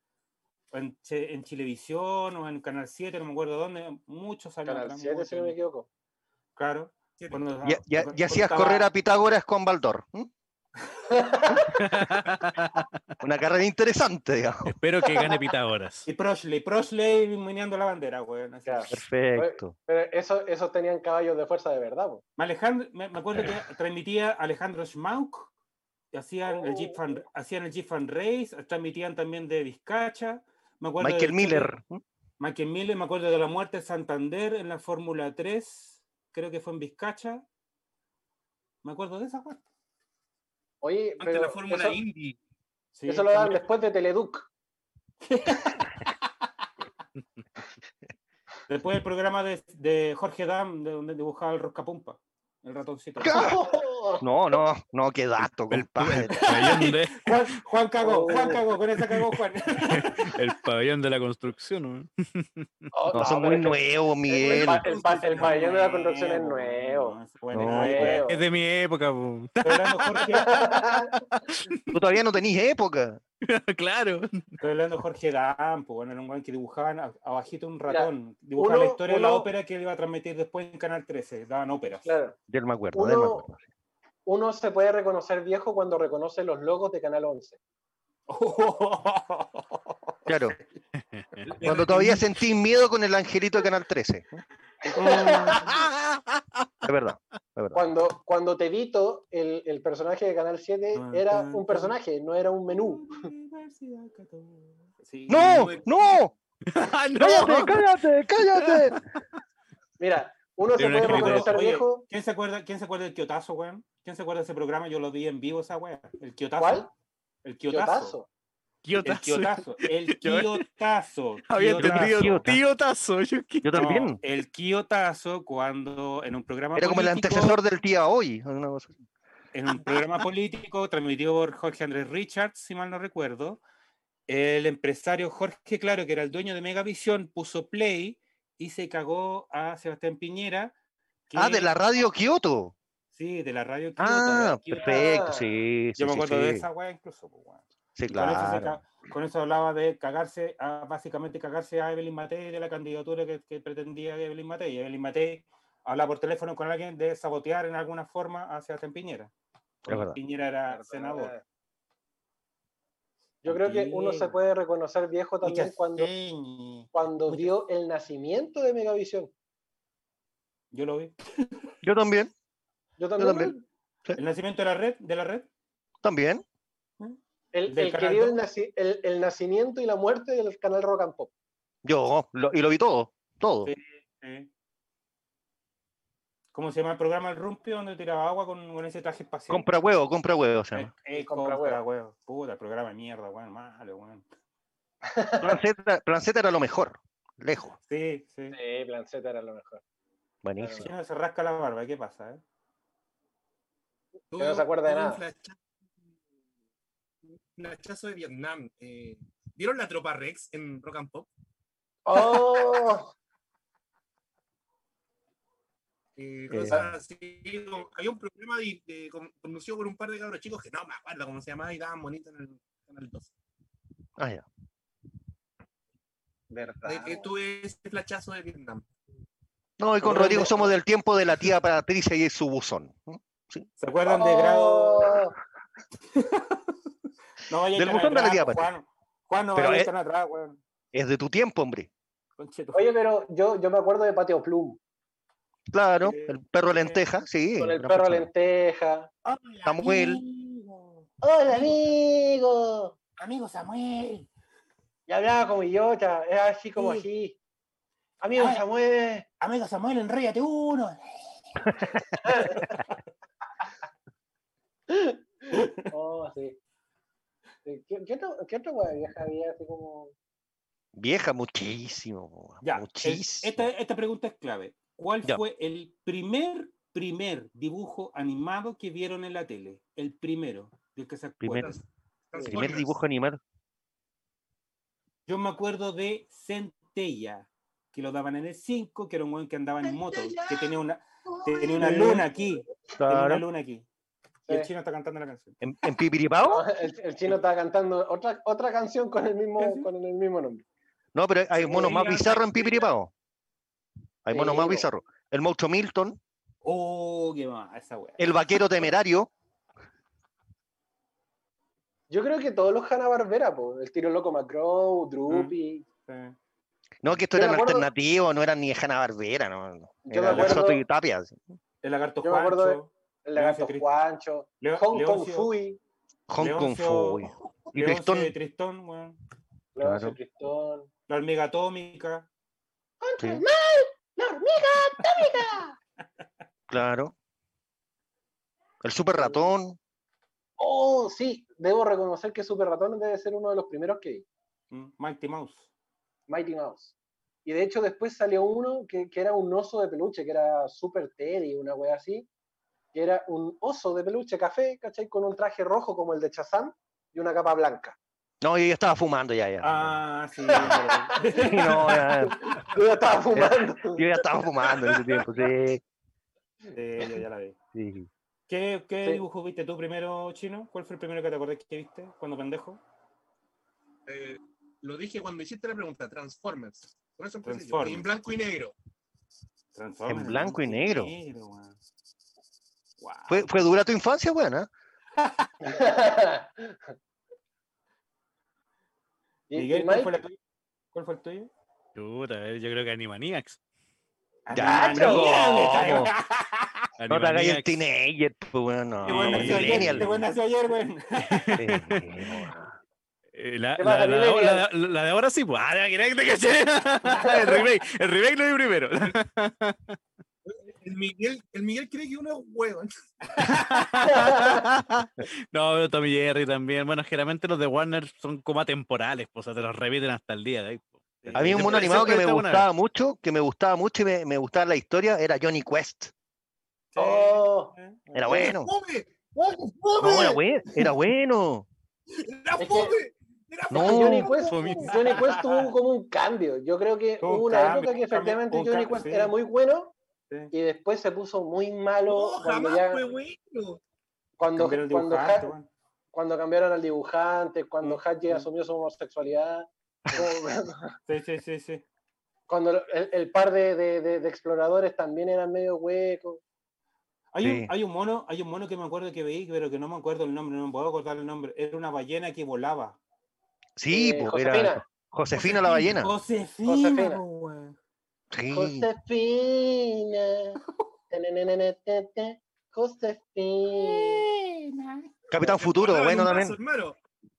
S5: en, Che- en Chilevisión o en Canal 7, no me acuerdo dónde, muchos salían.
S2: Canal
S5: programas,
S2: 7,
S5: weón,
S2: si no me
S5: que-
S2: equivoco.
S5: Claro.
S4: Siete.
S5: cuando-
S1: Ya, ya-
S5: cuando
S1: ya hacías
S5: estaba-
S1: correr a Pitágoras con Baldor. ¿m? Una carrera interesante, digamos.
S3: Espero que gane Pitágoras.
S5: Y Prosley, Prosley meneando la bandera, weón. así.
S2: Claro.
S1: Perfecto.
S2: Pero eso, esos tenían caballos de fuerza de verdad, po.
S5: Me, Alejandro, me, me acuerdo que transmitía Alejandro Schmauk, y hacían el Jeep Fan,
S1: Oh.
S5: hacían el Jeep Fan Race, transmitían también de Vizcacha. Me acuerdo
S1: Michael
S5: del choque-
S1: Miller. ¿m?
S5: Michael Miller, me acuerdo de la muerte de Santander en la Fórmula 3, creo que fue en Vizcacha. Me acuerdo de esa weá.
S2: Oye,
S4: Antes
S2: pero
S4: la Fórmula
S2: eso,
S4: Indy.
S5: Sí,
S2: eso lo daban
S5: también.
S2: después de Teleduc.
S5: Después del programa de, de Jorge Dam, de donde dibujaba el Roscapumpa, el ratoncito.
S1: ¡Ca- No,
S2: No.
S1: no, no, qué dato,
S6: El, el
S1: compadre.
S6: pabellón de,
S5: Juan, Juan cagó,
S2: Oh.
S5: Juan cagó, con esa cagó Juan.
S6: el pabellón de la construcción. weón.
S2: Oh,
S1: No, son
S2: pero
S1: muy
S2: es que-
S1: nuevos,
S2: El,
S1: Miguel.
S2: pa- el pa- el pabellón de la construcción es nuevo.
S5: No, bueno,
S1: No,
S5: ahí,
S2: weón.
S5: weón.
S6: Es de mi época, po.
S5: Estoy hablando, Jorge,
S1: Tú todavía no tenís época.
S6: claro.
S5: estoy hablando de Jorge Dampo, pues, bueno, era un weón que dibujaban a- abajito un ratón. Dibujaba
S2: uno-
S5: la historia de la
S2: uno-
S5: ópera que él iba a transmitir después en Canal 13. Daban óperas.
S2: Claro.
S1: Yo no me acuerdo, yo no me
S2: Uno-
S1: acuerdo.
S2: Uno se puede reconocer viejo cuando reconoce los logos de Canal 11.
S5: Oh.
S1: Claro, cuando todavía sentís miedo con el angelito de Canal 13. Es verdad, es verdad.
S2: Cuando, cuando Tevito, el, el personaje de Canal 7, era un personaje, no era un menú.
S5: Sí.
S1: ¡No! ¡No!
S6: Ah, no.
S1: ¡Cállate, cállate, cállate!
S2: Mira, uno se
S6: Era un
S2: puede
S6: angelito.
S2: reconocer
S5: Oye,
S2: viejo.
S5: ¿Quién se acuerda, quién se acuerda del Kiotazo, weón? ¿Quién se acuerda de ese programa? Yo lo vi en vivo esa weá. El Kiotazo.
S2: ¿Cuál?
S5: El Kiotazo.
S2: Yotazo.
S6: Kiotazo.
S5: El Kiotazo. El
S6: Yo-
S5: Kiotazo.
S6: Había
S5: Kiotazo.
S6: entendido
S1: Kiotazo.
S6: tíotazo. Yo qué-
S1: Yo también.
S5: No, el Kiotazo cuando en un programa
S1: Era como el
S5: político-
S1: antecesor del tía hoy. una cosa así.
S5: en un programa político transmitido por Jorge Andrés Richards, si mal no recuerdo, el empresario Jorge Claro, que era el dueño de Megavisión, puso play y se cagó a Sebastián Piñera.
S1: Ah,
S5: que-
S1: de la radio Kioto.
S5: Sí, de la radio. Kioto, de
S1: Ah,
S5: la Kioto.
S1: perfecto, sí. sí,
S5: Yo me
S1: sí,
S5: acuerdo
S1: sí.
S5: de esa weá incluso. pues, weón.
S1: Sí,
S5: Y con eso se
S1: claro.
S5: ca- Con eso hablaba de cagarse, a- básicamente cagarse a Evelyn Matei de la candidatura que, que pretendía de Evelyn Matei. Evelyn Matei habla por teléfono con alguien de sabotear en alguna forma a Sebastián Piñera. porque
S1: verdad.
S5: Piñera era senador.
S2: Yo creo que uno se
S5: Antiguo.
S2: puede reconocer viejo también cuando,
S5: Castañi.
S2: cuando vio el nacimiento de Megavisión.
S5: Yo lo vi.
S1: Yo también,
S2: Yo también.
S1: también.
S5: El nacimiento de la red, de la red.
S1: también.
S2: El,
S5: Del
S2: el que
S5: Canal
S2: vio el,
S5: dos.
S2: naci- el- el nacimiento y la muerte del canal Rock and Pop.
S1: Yo, lo- y lo vi todo, todo.
S5: Sí. Sí. ¿Cómo se llama el programa El Rumpio donde tiraba agua con, con ese traje espacial?
S1: Compra huevo, compra huevo. se
S5: Eh,
S1: llama.
S5: eh,
S2: Compra
S5: compra,
S2: huevo.
S5: huevo. Puta, el programa de mierda, weón, malo, weón.
S1: Planceta, Planceta era lo mejor, lejos.
S5: Sí, sí.
S2: Sí, Blanceta era lo mejor.
S5: Si
S1: Buenísimo.
S5: no se rasca la barba, ¿qué pasa? eh?
S2: Que no se acuerda de
S4: Tuve un
S2: nada.
S4: flachazo- un Flachazo de Vietnam. eh, ¿Vieron la tropa Rex en Rock and Pop?
S2: ¡Oh!
S4: Eh,
S1: Eh.
S4: cosas así, como- había un programa de, de- con- conducido por un par de cabros chicos que no me acuerdo cómo se llamaba y daban bonito en el canal 2.
S1: Ah, ya.
S2: Verdad.
S4: tuve ese flachazo de Vietnam.
S1: No, y con
S5: Bueno,
S1: Rodrigo
S5: de-
S1: somos del tiempo de la tía Patricia y su buzón. ¿no?
S5: ¿Se acuerdan de grado?
S2: ¡Oh!
S5: No vayan
S1: Del
S5: tan
S1: botón de la
S5: atrás,
S1: tía
S5: pues, Juan, Juan, no
S1: Pero,
S5: vayan
S1: eh,
S5: tan atrás, weón.
S1: Es de tu tiempo, hombre.
S5: Conchetu-
S2: Oye, pero yo, yo me acuerdo de Patio Plum.
S1: Claro,
S5: Eh,
S1: el perro
S5: eh,
S1: lenteja, sí.
S2: Con el
S1: gran
S2: perro
S1: personaje.
S2: lenteja.
S1: Samuel,
S2: ¡Hola, amigo!
S5: Amigo Samuel.
S2: Y hablaba como idiota. Era así como
S5: Sí.
S2: así. Amigo
S5: Ay.
S2: Samuel.
S5: Amigo Samuel, enríate uno.
S2: Oh, sí. Sí, ¿Qué, qué otra- qué otra hueá vieja había así como.?
S1: vieja, muchísimo.
S5: Ya, el-
S1: muchísimo.
S5: esta, esta pregunta es clave. ¿Cuál
S1: Ya.
S5: fue el primer, primer dibujo animado que vieron en la tele? El primero, del que se
S1: Primero.
S5: acuerdan.
S1: Primer dibujo animado.
S5: Yo me acuerdo de Centella, que lo daban en el 5, que era un weón que andaba en moto, que tenía una, tenía una luna aquí. Tenía una luna aquí. Y el
S2: Sí.
S5: chino está cantando la canción.
S1: ¿En, en Pipiripao?
S2: El, el chino estaba cantando otra, otra canción con el mismo, con el mismo nombre.
S1: No, pero hay monos más
S4: Oiga,
S1: bizarros en Pipiripao. Hay monos
S2: Sí,
S1: más
S2: po.
S1: bizarros. El Maucho Milton,
S5: Oh, qué más, esa weá.
S1: el vaquero temerario,
S2: Yo creo que todos los Hanna Barbera, po, el tiro loco Macro, Droopy.
S5: Sí.
S1: No, que esto
S2: Yo me
S1: era
S2: acuerdo-
S1: alternativo, no eran ni de Hanna Barbera, no. no.
S2: Yo me
S1: Era la
S2: acuerdo-
S1: Soto y Tapia. sí.
S5: El lagarto
S2: Yo me acuerdo de-
S5: Juancho.
S2: El
S5: Leoncio
S2: lagarto
S5: Cris-
S2: Juancho,
S5: Leo-
S2: Hong Kong
S5: Leoncio-
S2: Fui,
S1: Hong Kong
S5: Leoncio-
S1: Fui. Y
S5: Leoncio
S1: Tristón,
S5: de Tristón, weón.
S2: Leoncio
S1: Claro.
S2: Cristón.
S5: La hormiga atómica.
S1: sí,
S2: ¡La hormiga atómica!
S1: claro. El super ratón.
S2: Oh, sí, debo reconocer que Super Ratón debe ser uno de los primeros que vi,
S5: mm, Mighty Mouse.
S2: Mighty Mouse. Y de hecho después salió uno que, que era un oso de peluche, que era Super Teddy, una wea así, que era un oso de peluche café, ¿cachai? Con un traje rojo como el de Chazam y una capa blanca.
S1: No, yo ya estaba fumando ya, ya.
S5: Ah, sí.
S1: Sí,
S5: pero-
S1: no, ya,
S2: Yo ya estaba fumando.
S1: yo ya estaba fumando en ese tiempo, sí.
S5: sí, yo ya la vi.
S1: sí.
S5: ¿Qué, qué
S2: Sí.
S5: dibujo viste tú primero, Chino? ¿Cuál fue el primero que te acordás que viste cuando pendejo?
S4: Eh, lo dije cuando hiciste la pregunta, Transformers. Con eso empecé yo,
S5: Transformers.
S4: En blanco y negro.
S5: Transformers.
S1: En blanco y negro.
S5: weón. Guau.
S1: ¿Fue, ¿Fue dura tu infancia, ¿ah? buena?
S2: y,
S5: Miguel,
S2: y
S5: ¿cuál
S2: Mike,
S5: fue, la tuya? ¿Cuál fue el tuyo?
S3: Chuta, eh, yo creo que Animaniacs.
S1: Ya, Oh,
S5: Animaniacs,
S1: chavo.
S5: Ah, me caigo.
S1: No te hagas el
S3: Animaniacs.
S1: teenager, pues, bueno,
S5: Qué
S1: no.
S5: bueno Este nació ayer,
S1: millennial.
S5: qué bueno nació ayer, weón.
S1: Sí, bueno.
S3: Eh, La,
S2: ¿Qué
S3: la-
S2: pasa,
S3: la de ahora-
S2: Millennials?
S3: la- la de ahora sí, pues. Ah, la que era que te caché. El remake, el remake lo vi primero.
S4: El Miguel, el Miguel cree que uno es hueón.
S3: no, pero Tommy Jerry también. Bueno, generalmente los de Warner son como atemporales, pues, o sea, te los repiten hasta el día de hoy.
S6: pues.
S3: po.
S1: Había un
S3: Siempre-
S1: mono animado que
S3: siempre
S1: me
S3: está buena
S1: gustaba mucho, que me gustaba mucho y me, me gustaba la historia, era Johnny Quest.
S5: Sí.
S2: Oh.
S1: Era bueno.
S4: ¡Fome! ¡Hueón, es
S1: No,
S4: fome!
S1: era bueno. Era bueno.
S4: ¡Era
S2: que-
S4: fome! ¡Era
S1: No. pues,
S4: fome!
S2: Johnny Quest,
S3: Fomista.
S2: Johnny Quest tuvo como un cambio. Yo creo que
S5: Tuvo un
S2: hubo una
S5: cambio,
S2: época que
S5: un cambio,
S2: efectivamente
S5: un
S2: Johnny
S5: cambio,
S2: Quest
S5: sí.
S2: era muy bueno
S5: Sí.
S2: y después se puso muy malo
S4: No,
S2: cuando
S4: jamás
S2: ya
S4: fue bueno.
S2: cuando,
S5: Cambiaron el
S2: cuando,
S5: dibujante,
S2: Ha-
S5: weón.
S2: cuando cambiaron al dibujante, cuando
S5: Mm,
S2: Hattie
S5: mm.
S2: asumió su homosexualidad, como-
S5: Sí, sí, sí, sí.
S2: cuando lo- el, el par de, de- de- de exploradores también eran medio huecos.
S5: Hay,
S1: Sí.
S5: un, hay un mono, hay un mono que me acuerdo que veí, pero que no me acuerdo el nombre, no me puedo acordar el nombre. Era una ballena que volaba.
S1: Sí,
S2: Eh,
S1: pues, era
S2: Josefina,
S1: Josefina la ballena.
S5: Josefina,
S2: Josefina.
S5: po, weón.
S1: Sí.
S2: Josefina. Tenenenenetete, Josefina.
S1: Capitán Futuro,
S4: Guardaban
S1: bueno
S4: un
S1: también.
S4: brazo, hermano.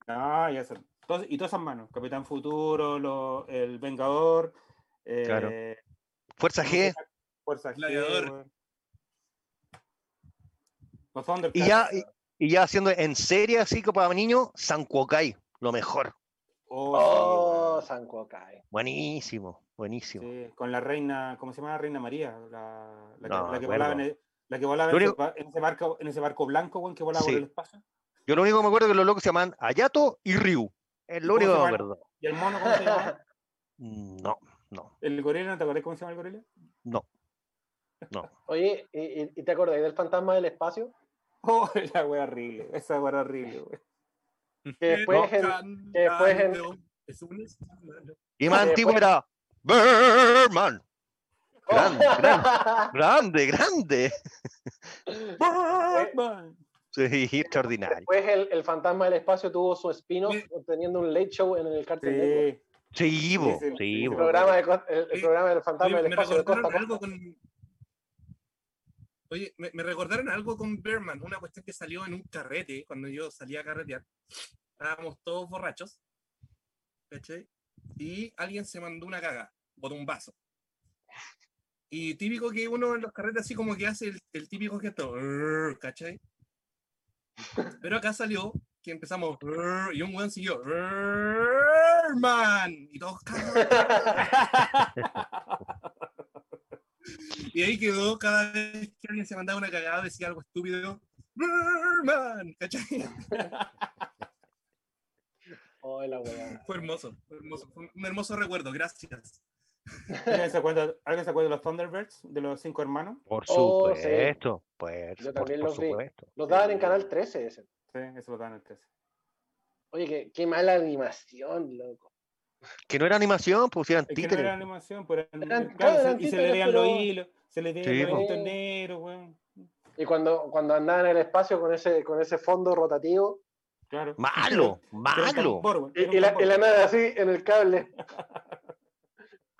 S5: No, Ah, ya son. Todas- y todas esas manos. Capitán Futuro, lo- el Vengador. eh,
S1: Claro. Fuerza G.
S5: Fuerza G,
S4: Gladiador.
S5: weón. Los Thundercats.
S1: Y ya, y, y ya haciendo en serie así como para niños, San Cuocay, lo mejor.
S5: Oh,
S2: Oh,
S5: sí,
S2: San Cuocay.
S1: Buenísimo, buenísimo.
S5: weón. Sí, con la reina, ¿cómo se llama la reina María? La, la que-
S1: No,
S5: la
S1: me
S5: que volaba, en
S1: acuerdo.
S5: el- la que volaba
S1: Lo
S5: en, ese,
S1: único-
S5: ba- en ese barco, en ese barco blanco, weón, que volaba
S1: Sí.
S5: por el espacio.
S1: Yo lo único que me acuerdo es que los locos se llaman Ayato y Ryu. Es lo
S5: ¿Y cómo
S1: único que me
S5: se
S1: acuerdo.
S5: ¿Y el mono cómo se llama?
S1: No, no,
S5: ¿El gorila? ¿No te acordás cómo se llama el gorila?
S1: no.
S2: Oye, ¿y, y- y te acordáis del fantasma del espacio?
S5: Oh, la wea horrible. Esa wea horrible, wea.
S2: Que después en- que después en-
S4: Cantando, Es un escándalo.
S1: Y más
S2: Oye,
S1: antiguo
S2: pues-
S1: era Berman. Grande,
S2: Oh.
S1: grande, grande, grande.
S5: Batman.
S1: Sí, extraordinario.
S2: Después Pues el, el fantasma del espacio tuvo su spin-off teniendo un late show en el Cartoon Network.
S5: Sí.
S1: Sí, bo,
S5: sí,
S1: sí,
S5: sí,
S2: El
S1: bo.
S2: programa, de Cos- el, el
S4: Sí.
S2: programa del
S4: Oye,
S2: fantasma
S4: me
S2: del espacio de
S4: recordaron
S2: Costa a
S4: algo
S2: Costa.
S4: con. Oye, me, me recordaron algo con Berman, una cuestión que salió en un carrete, cuando yo salía a carretear. Estábamos todos borrachos. ¿Cachai? Y alguien se mandó una caga por un vaso. Y típico que uno en los carretes así como que hace el, el típico gesto, "Rrr", ¿cachai? Pero acá salió que empezamos "Rrr", y un weón siguió Berman y todos "Caga". Y ahí quedó cada vez que alguien se mandaba una cagada decía algo estúpido. Berman, ¿cachai?
S2: Oh, la weá.
S4: Fue hermoso, fue hermoso, fue un hermoso recuerdo, gracias.
S5: ¿Alguien se acuerda alguien se acuerda de los Thunderbirds? De los cinco hermanos.
S1: Por
S2: Oh, sí.
S1: supuesto, pues,
S2: Yo
S1: por,
S2: también
S1: por
S2: los vi.
S1: supuesto.
S2: Los daban en Canal 13 ese.
S5: Sí, eso lo dan el 13.
S2: Oye, qué, qué mala animación, loco.
S1: Que no era animación, pues eran
S5: Es que no
S1: títeres.
S5: era animación, pero eran,
S2: Eran-
S5: claro,
S2: claro,
S5: se-
S2: eran
S5: y se
S2: títeres,
S5: le veían los
S2: pero-
S5: hilos, se le veían
S1: Sí,
S5: los
S1: po.
S5: hilos negros, weón.
S2: Y cuando, cuando andaban en el espacio con ese, con ese fondo rotativo
S5: Claro.
S1: Malo,
S5: Era un
S1: malo.
S5: tambor, weón,
S2: y,
S5: era un
S2: y la,
S5: tambor.
S2: y la nave así en el cable.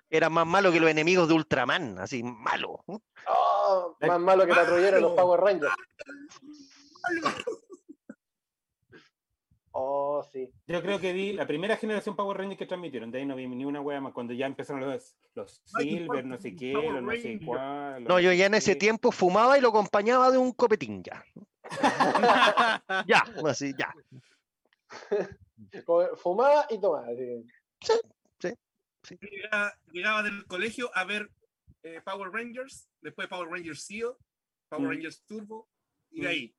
S1: Era más malo que los enemigos de Ultraman, así, malo.
S2: Oh,
S5: La-
S2: más malo que patrullero los
S4: ¡Malo!
S2: Power Rangers. Oh, sí.
S5: Yo creo que vi la primera generación Power Rangers que transmitieron. De ahí no vi ni una wea más. Cuando ya empezaron los, los
S4: Mighty
S5: Silver, no sé
S4: Morphin
S5: qué,
S4: Power
S5: los no sé
S4: Rangers.
S5: cuál.
S1: No,
S5: los-
S1: yo ya en ese
S5: sí.
S1: tiempo fumaba y lo acompañaba de un copetín ya. Ya, así, ya.
S2: Como- Fumaba y tomaba. así.
S4: Llegaba, llegaba del colegio a ver eh, Power Rangers, después Power Rangers SEAL, Power
S5: Mm.
S4: Rangers Turbo, Y de ahí.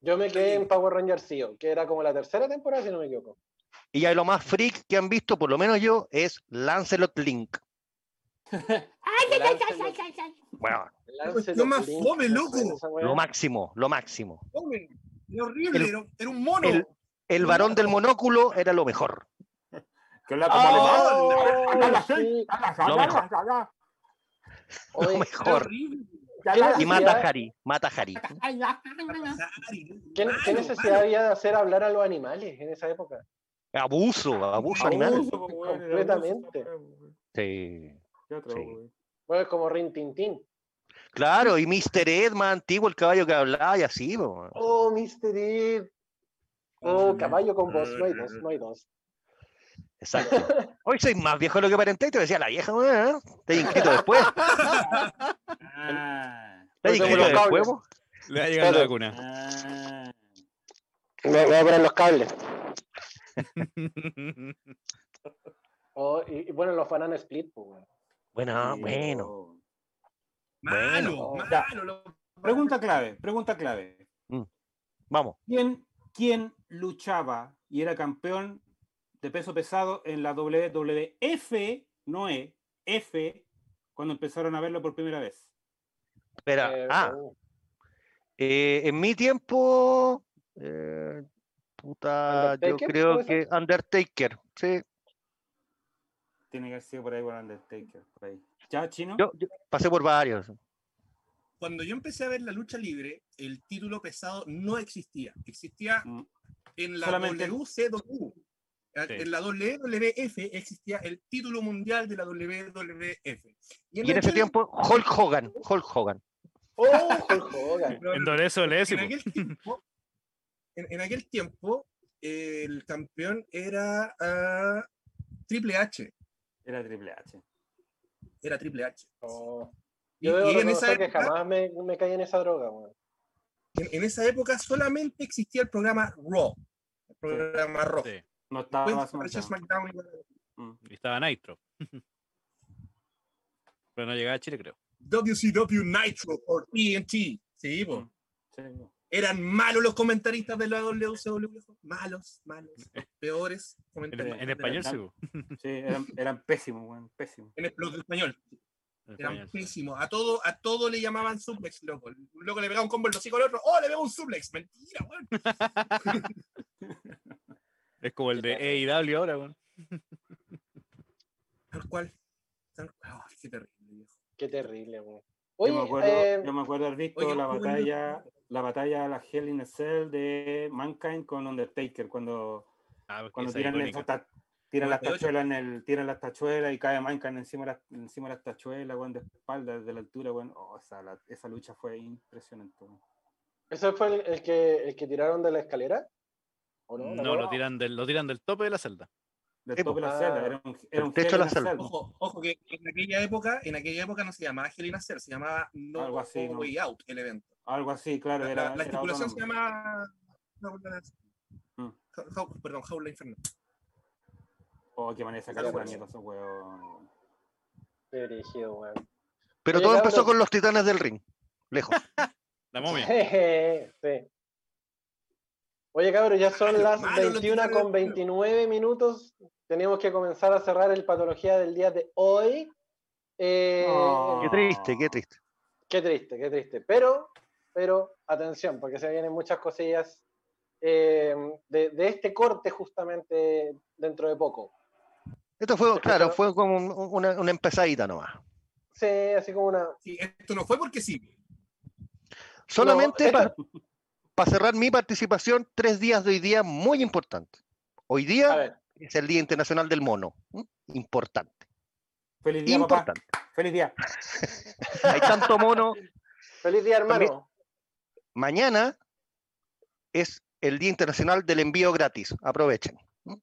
S2: Yo me quedé en Power Rangers Zeo, que era como la tercera temporada, si no me equivoco.
S1: Y ya lo más freak que han visto, por lo menos yo, es Lancelot Link. Bueno,
S2: Lancelot
S4: Lo más
S2: Link,
S4: fome,
S2: no
S4: loco.
S2: sé, esa weá.
S1: lo máximo, lo máximo.
S4: Hombre, era horrible,
S1: El-
S4: era, era un mono.
S1: el- El varón del monóculo era lo mejor.
S5: Que habla como alemán.
S2: Oh, sí.
S1: Lo mejor.
S2: Oye,
S1: Lo
S4: era
S1: mejor.
S4: horrible.
S1: Y mata
S2: ¿eh?
S1: a Harry, mata a Harry.
S4: Sari,
S2: ¿Qué,
S4: malo,
S2: qué necesidad
S4: malo.
S2: había de hacer hablar a los animales en esa época?
S1: Abuso, abuso animal.
S5: Abuso, po, weón, era
S2: Completamente.
S5: abuso, weón.
S1: Sí.
S5: ¿Qué otro,
S1: Sí.
S5: weón?
S2: Bueno, como Rin Tin Tin.
S1: Claro, y Mr. Ed, más antiguo, el caballo que hablaba y así. po.
S2: Oh, Mr. Ed. Oh, caballo con voz. No hay dos, no hay dos.
S1: Exacto. Hoy soy más viejo de lo que parenté y te decía la vieja, weón, ¿eh? Te he inscrito después.
S5: Ah,
S1: Te he
S2: Yo tengo
S1: inscrito
S2: los
S1: después.
S2: cables.
S1: po.
S6: Le va a llegar la
S2: Claro.
S6: vacuna.
S5: ah.
S2: Me voy a poner los cables. Oh, y, y bueno, los Banana Split. pues, weón.
S1: Bueno,
S5: Sí,
S1: bueno.
S5: po.
S4: Malo,
S2: Bueno.
S4: malo, loco.
S5: Pregunta clave, pregunta clave.
S1: Vamos.
S5: ¿Quién, quién luchaba y era campeón de peso pesado en la WWF, no E, F, cuando empezaron a verlo por primera vez?
S1: Espera.
S2: Eh,
S1: Ah,
S2: oh,
S1: Eh, en mi tiempo, eh, puta, yo
S2: ¿Undertaker?
S1: creo
S2: ¿Puede
S1: que Undertaker, sí.
S5: Tiene que haber sido por ahí por Undertaker, por ahí. ¿Ya, chino?
S1: Yo, yo pasé por varios.
S4: Cuando yo empecé a ver la lucha libre, el título pesado no existía. Existía
S5: Mm.
S4: en la
S5: Solamente-
S4: WCW. A-
S6: Sí.
S4: En la WWF existía el título mundial de la WWF.
S1: Y en ese
S4: aquel-
S1: tiempo, Hulk Hogan, Hulk Hogan.
S2: oh, Hulk Hogan.
S6: En Doreso le
S4: en aquel tiempo, en, en aquel tiempo, el campeón era ah, Triple H.
S5: Era Triple H.
S4: Era Triple H.
S2: Oh.
S4: Y,
S2: Yo debo
S4: y en, esa
S2: reconocer que
S4: época,
S2: jamás me, me caí en esa droga, weón.
S4: en, en esa época solamente existía el programa Raw. El programa Raw.
S6: pues. Sí.
S5: No estaba
S4: Después
S5: Ah, más
S4: apareció
S5: manchado.
S4: SmackDown y-
S5: Mm.
S6: Y estaba Nitro. Pero no llegaba a Chile, creo.
S4: WCW Nitro por TNT. Sí, po.
S5: Mm. Sí, no.
S4: Eran malos los comentaristas de la WCW. Malos, malos. Los peores
S6: En,
S4: comentaristas.
S6: en
S4: de la-
S6: español, sí. pues. po.
S5: Sí, eran, eran pésimos, weón, pésimos.
S4: En el- los de español.
S6: En
S4: Eran
S6: español.
S4: pésimos. A todo, a todo le llamaban suplex, loco. Un loco le pegaba un combo en los hocico al otro. ¡Oh, le pegó un suplex! ¡Mentira, weón!
S6: Es como el de AEW ahora, weón.
S4: Tal cual. Tal cual. Oh, qué terrible, viejo.
S2: Qué terrible, weón.
S5: Yo
S2: Oye,
S5: me acuerdo,
S2: eh,
S5: yo me acuerdo haber visto
S4: oye,
S5: la
S4: un-
S5: batalla, la batalla a la Hell in a Cell de Mankind con Undertaker cuando,
S6: Ah, porque
S5: cuando
S6: esa
S5: tiran,
S6: icónica.
S5: esas ta- tiran las
S4: 98.
S5: tachuelas en el, tiran las tachuelas y cae Mankind encima de las, encima de las tachuelas, weón, de espalda, desde la altura, weón. Oh, esa, la- esa lucha fue impresionante. weón.
S2: ¿ese fue el, el que, el que tiraron de la escalera? ¿O no? ¿La
S6: No, lo
S2: cagó?
S6: tiran, del, lo tiran del tope de la celda.
S5: Del
S1: Sí, po.
S5: tope de la
S2: Ah,
S5: celda, era un, era
S1: del
S5: un
S1: techo
S5: Hell
S1: de la
S5: in a
S1: celda.
S5: Cell, po.
S4: Ojo, ojo, que en aquella época, en aquella época no se llamaba Helena Cell, se llamaba No
S5: Algo así, ¿no?
S4: Way Out el evento.
S5: Algo así, claro.
S4: La,
S5: Era,
S4: la
S5: era
S4: estipulación
S5: otro
S4: se
S5: nombre.
S4: llamaba Jaula-
S5: Mm.
S4: Ja- Ja- perdón, Jaula Infernal.
S5: Oh, qué manera de sacar
S2: Algo
S4: pues.
S5: la
S2: así.
S5: mierda, esos weón. weón.
S2: Qué brígido, weón.
S1: Pero
S2: Oye,
S1: todo empezó
S2: Lauro.
S1: con los titanes del ring, lejos.
S6: La momia.
S2: Sí. Oye, cabrón, ya son
S4: Malo,
S2: las
S4: malo, lo
S2: 21
S4: tiraron
S2: con
S4: al
S2: 29 minutos. Tenemos que comenzar a cerrar el patología del día de hoy. Eh,
S5: Oh.
S1: Qué triste, qué triste.
S2: Qué triste, qué triste. Pero, pero, atención, porque se vienen muchas cosillas eh, de, de este corte justamente dentro de poco.
S1: Esto fue, claro,
S2: Claro.
S1: fue como un- una, una empezadita nomás.
S2: Sí, así como una...
S4: Sí, esto no fue porque sí.
S1: Solamente
S2: esto-
S1: para cerrar mi participación, tres días de hoy día muy importante. Hoy
S2: A
S1: día
S2: ver,
S1: es el Día Internacional del Mono. ¿m? Importante.
S5: Feliz día, papá.
S1: Importante.
S5: Feliz día.
S1: Hay tanto mono
S2: feliz día, hermano.
S1: También- mañana es el Día Internacional del Envío Gratis. Aprovechen. ¿m?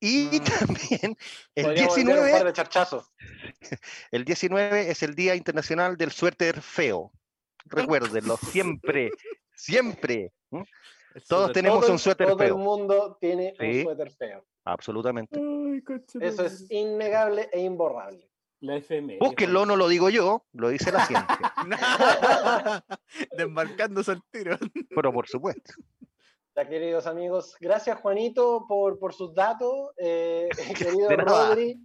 S1: Y
S5: Mm.
S1: también el
S2: Podríamos enviar un par
S1: 19,
S2: de charchazos.
S1: el 19 es el Día Internacional del Suéter Feo. Recuérdenlo, siempre, siempre. ¿m? Todos tenemos
S2: Todo-
S1: un suéter
S2: Todo el
S1: feo.
S2: mundo tiene
S1: Sí.
S2: un suéter feo.
S1: Absolutamente.
S5: Ay, coche,
S2: Eso es innegable e imborrable.
S5: la FM.
S1: Búsquenlo, no lo digo yo, lo dice la gente.
S6: Desmarcándose al tiro.
S1: Pero por supuesto.
S2: Ya, queridos amigos, gracias Juanito por, por sus datos. eh, querido
S1: De nada.
S2: Rodri,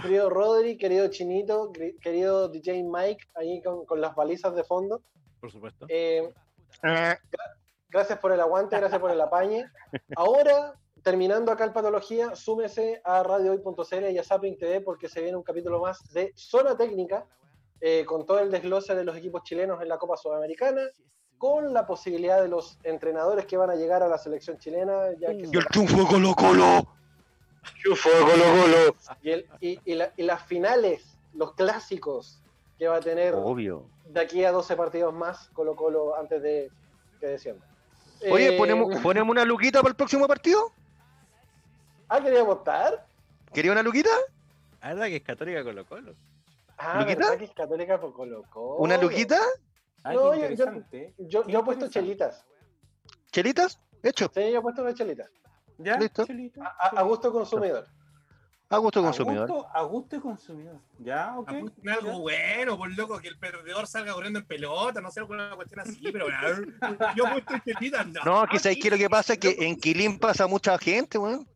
S2: querido Rodri, querido Chinito, cri- querido DJ Mike, ahí con, con las balizas de fondo.
S6: Por supuesto.
S2: Eh,
S1: Eh,
S2: gracias por el aguante, gracias por el apañe. Ahora, terminando acá el Patología, súmese a radiohoy.cl y a Zapping TV porque se viene un capítulo más de Zona Técnica eh, con todo el desglose de los equipos chilenos en la Copa Sudamericana, con la posibilidad de los entrenadores que van a llegar a la selección chilena. Ya que
S1: Y
S2: se-
S1: el triunfo de Colo Colo. Triunfo de Colo Colo.
S2: y, el- y- y la- y las finales, los clásicos que va a tener
S1: Obvio.
S2: de aquí a 12 partidos más Colo Colo antes de que descienda.
S1: Oye,
S2: Eh,
S1: ¿ponemos, ¿ponemos una luquita para el próximo partido?
S2: ¿Ah, quería votar?
S1: ¿Quería una luquita?
S6: Ah, ¿verdad que es católica Colo Colo?
S2: Ah,
S1: ¿Luquita?
S2: ¿verdad que es católica por Colo Colo?
S1: ¿Una luquita?
S5: Ay,
S2: No, yo-
S5: qué
S2: yo-
S5: interesante.
S2: Yo, yo he puesto chelitas.
S1: ¿Chelitas? Hecho.
S2: Sí, yo he puesto unas chelitas.
S5: ¿Ya?
S1: Listo.
S5: Chilito.
S2: A, a- a gusto consumidor.
S1: A gusto consumidor.
S5: A gusto, a gusto y consumidor. Ya, ok.
S4: Apunten algo bueno, por loco, que el perdedor salga corriendo en pelota, no sé, alguna cuestión así, pero bla, yo puesto chelitas, no.
S1: No, quizás ¿sabes qué? lo que pasa es que en Quilín pasa mucha gente, weón.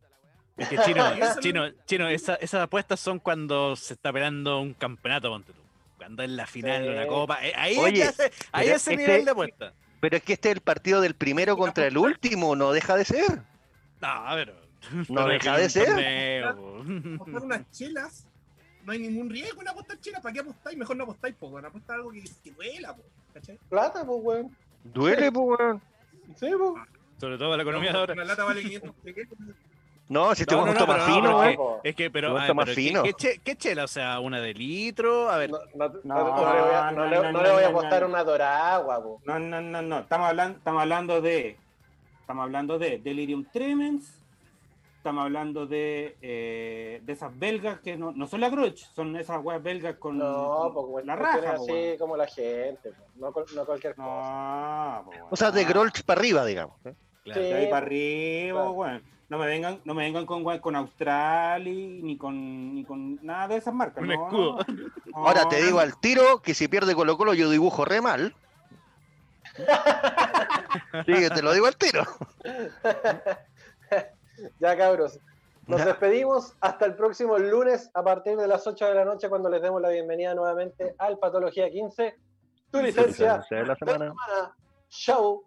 S6: Es que chino, chino, chino esa- esas apuestas son cuando se está peleando un campeonato, ponte tú. Cuando es la final de una
S2: Sí.
S6: copa. eh, Ahí,
S1: Oye,
S6: ya se- ahí
S1: pero
S6: ese
S1: este-
S6: nivel de apuesta.
S1: Pero es que este es el partido del primero contra el último, no deja de ser.
S6: No, pero.
S1: No
S6: pero
S1: deja
S6: que
S1: de
S6: un
S1: ser.
S6: torneo, po.
S4: Apostar unas chelas, no hay ningún riesgo en apostar chelas, ¿para qué apostáis? Mejor no apostáis, po, weón, apostar algo que, que duela, po, ¿cachai?
S2: Plata, pues, weón.
S1: Duele, pues, weón.
S2: Sí, pues.
S6: Sobre todo la economía de ahora.
S4: Una lata vale 500 pequeños.
S1: No, si este te
S6: No,
S1: vamos
S6: no, no,
S1: a
S6: pero
S1: más
S6: no,
S1: fino, eh.
S6: porque-
S1: weón.
S2: po.
S6: Es que, pero.
S1: Gusta
S6: a ver,
S1: más
S6: pero ¿qué-
S1: fino.
S6: ¿qué, che- qué chela? O sea, una de litro. A ver.
S2: No, no- no-
S5: No,
S2: no le voy a-
S5: no,
S2: no le-
S5: no,
S2: no le voy a
S5: no, no,
S2: apostar
S5: no.
S2: una doragua, pues. po.
S5: No, no, no, no. Estamos hablando, estamos hablando de. Estamos hablando de Delirium Tremens. Estamos hablando de, eh, de esas belgas que no, no son la Grudge, son esas weas belgas con.
S2: No, po, como
S5: la
S2: cuestiones
S5: raja, pues, po,
S2: así
S5: weón.
S2: como la gente, po. no, col- no cualquier cosa.
S5: No, po, weón.
S1: O sea, de Grolch para arriba, digamos.
S6: Claro.
S5: De ahí para arriba,
S2: Claro.
S5: weón. No me vengan, no me vengan con, weón, con Australia, ni con, ni con nada de esas marcas.
S6: Un
S5: no,
S6: escudo.
S5: no.
S1: Ahora te
S5: No,
S1: digo al tiro que si pierde Colo Colo yo dibujo re mal. Sí, te lo digo al tiro.
S2: Ya cabros, nos
S1: Ya.
S2: despedimos hasta el próximo lunes a partir de las 8 de la noche cuando les demos la bienvenida nuevamente al Patología 15. Tu licencia.
S1: Se ve la
S2: de la semana. Chau.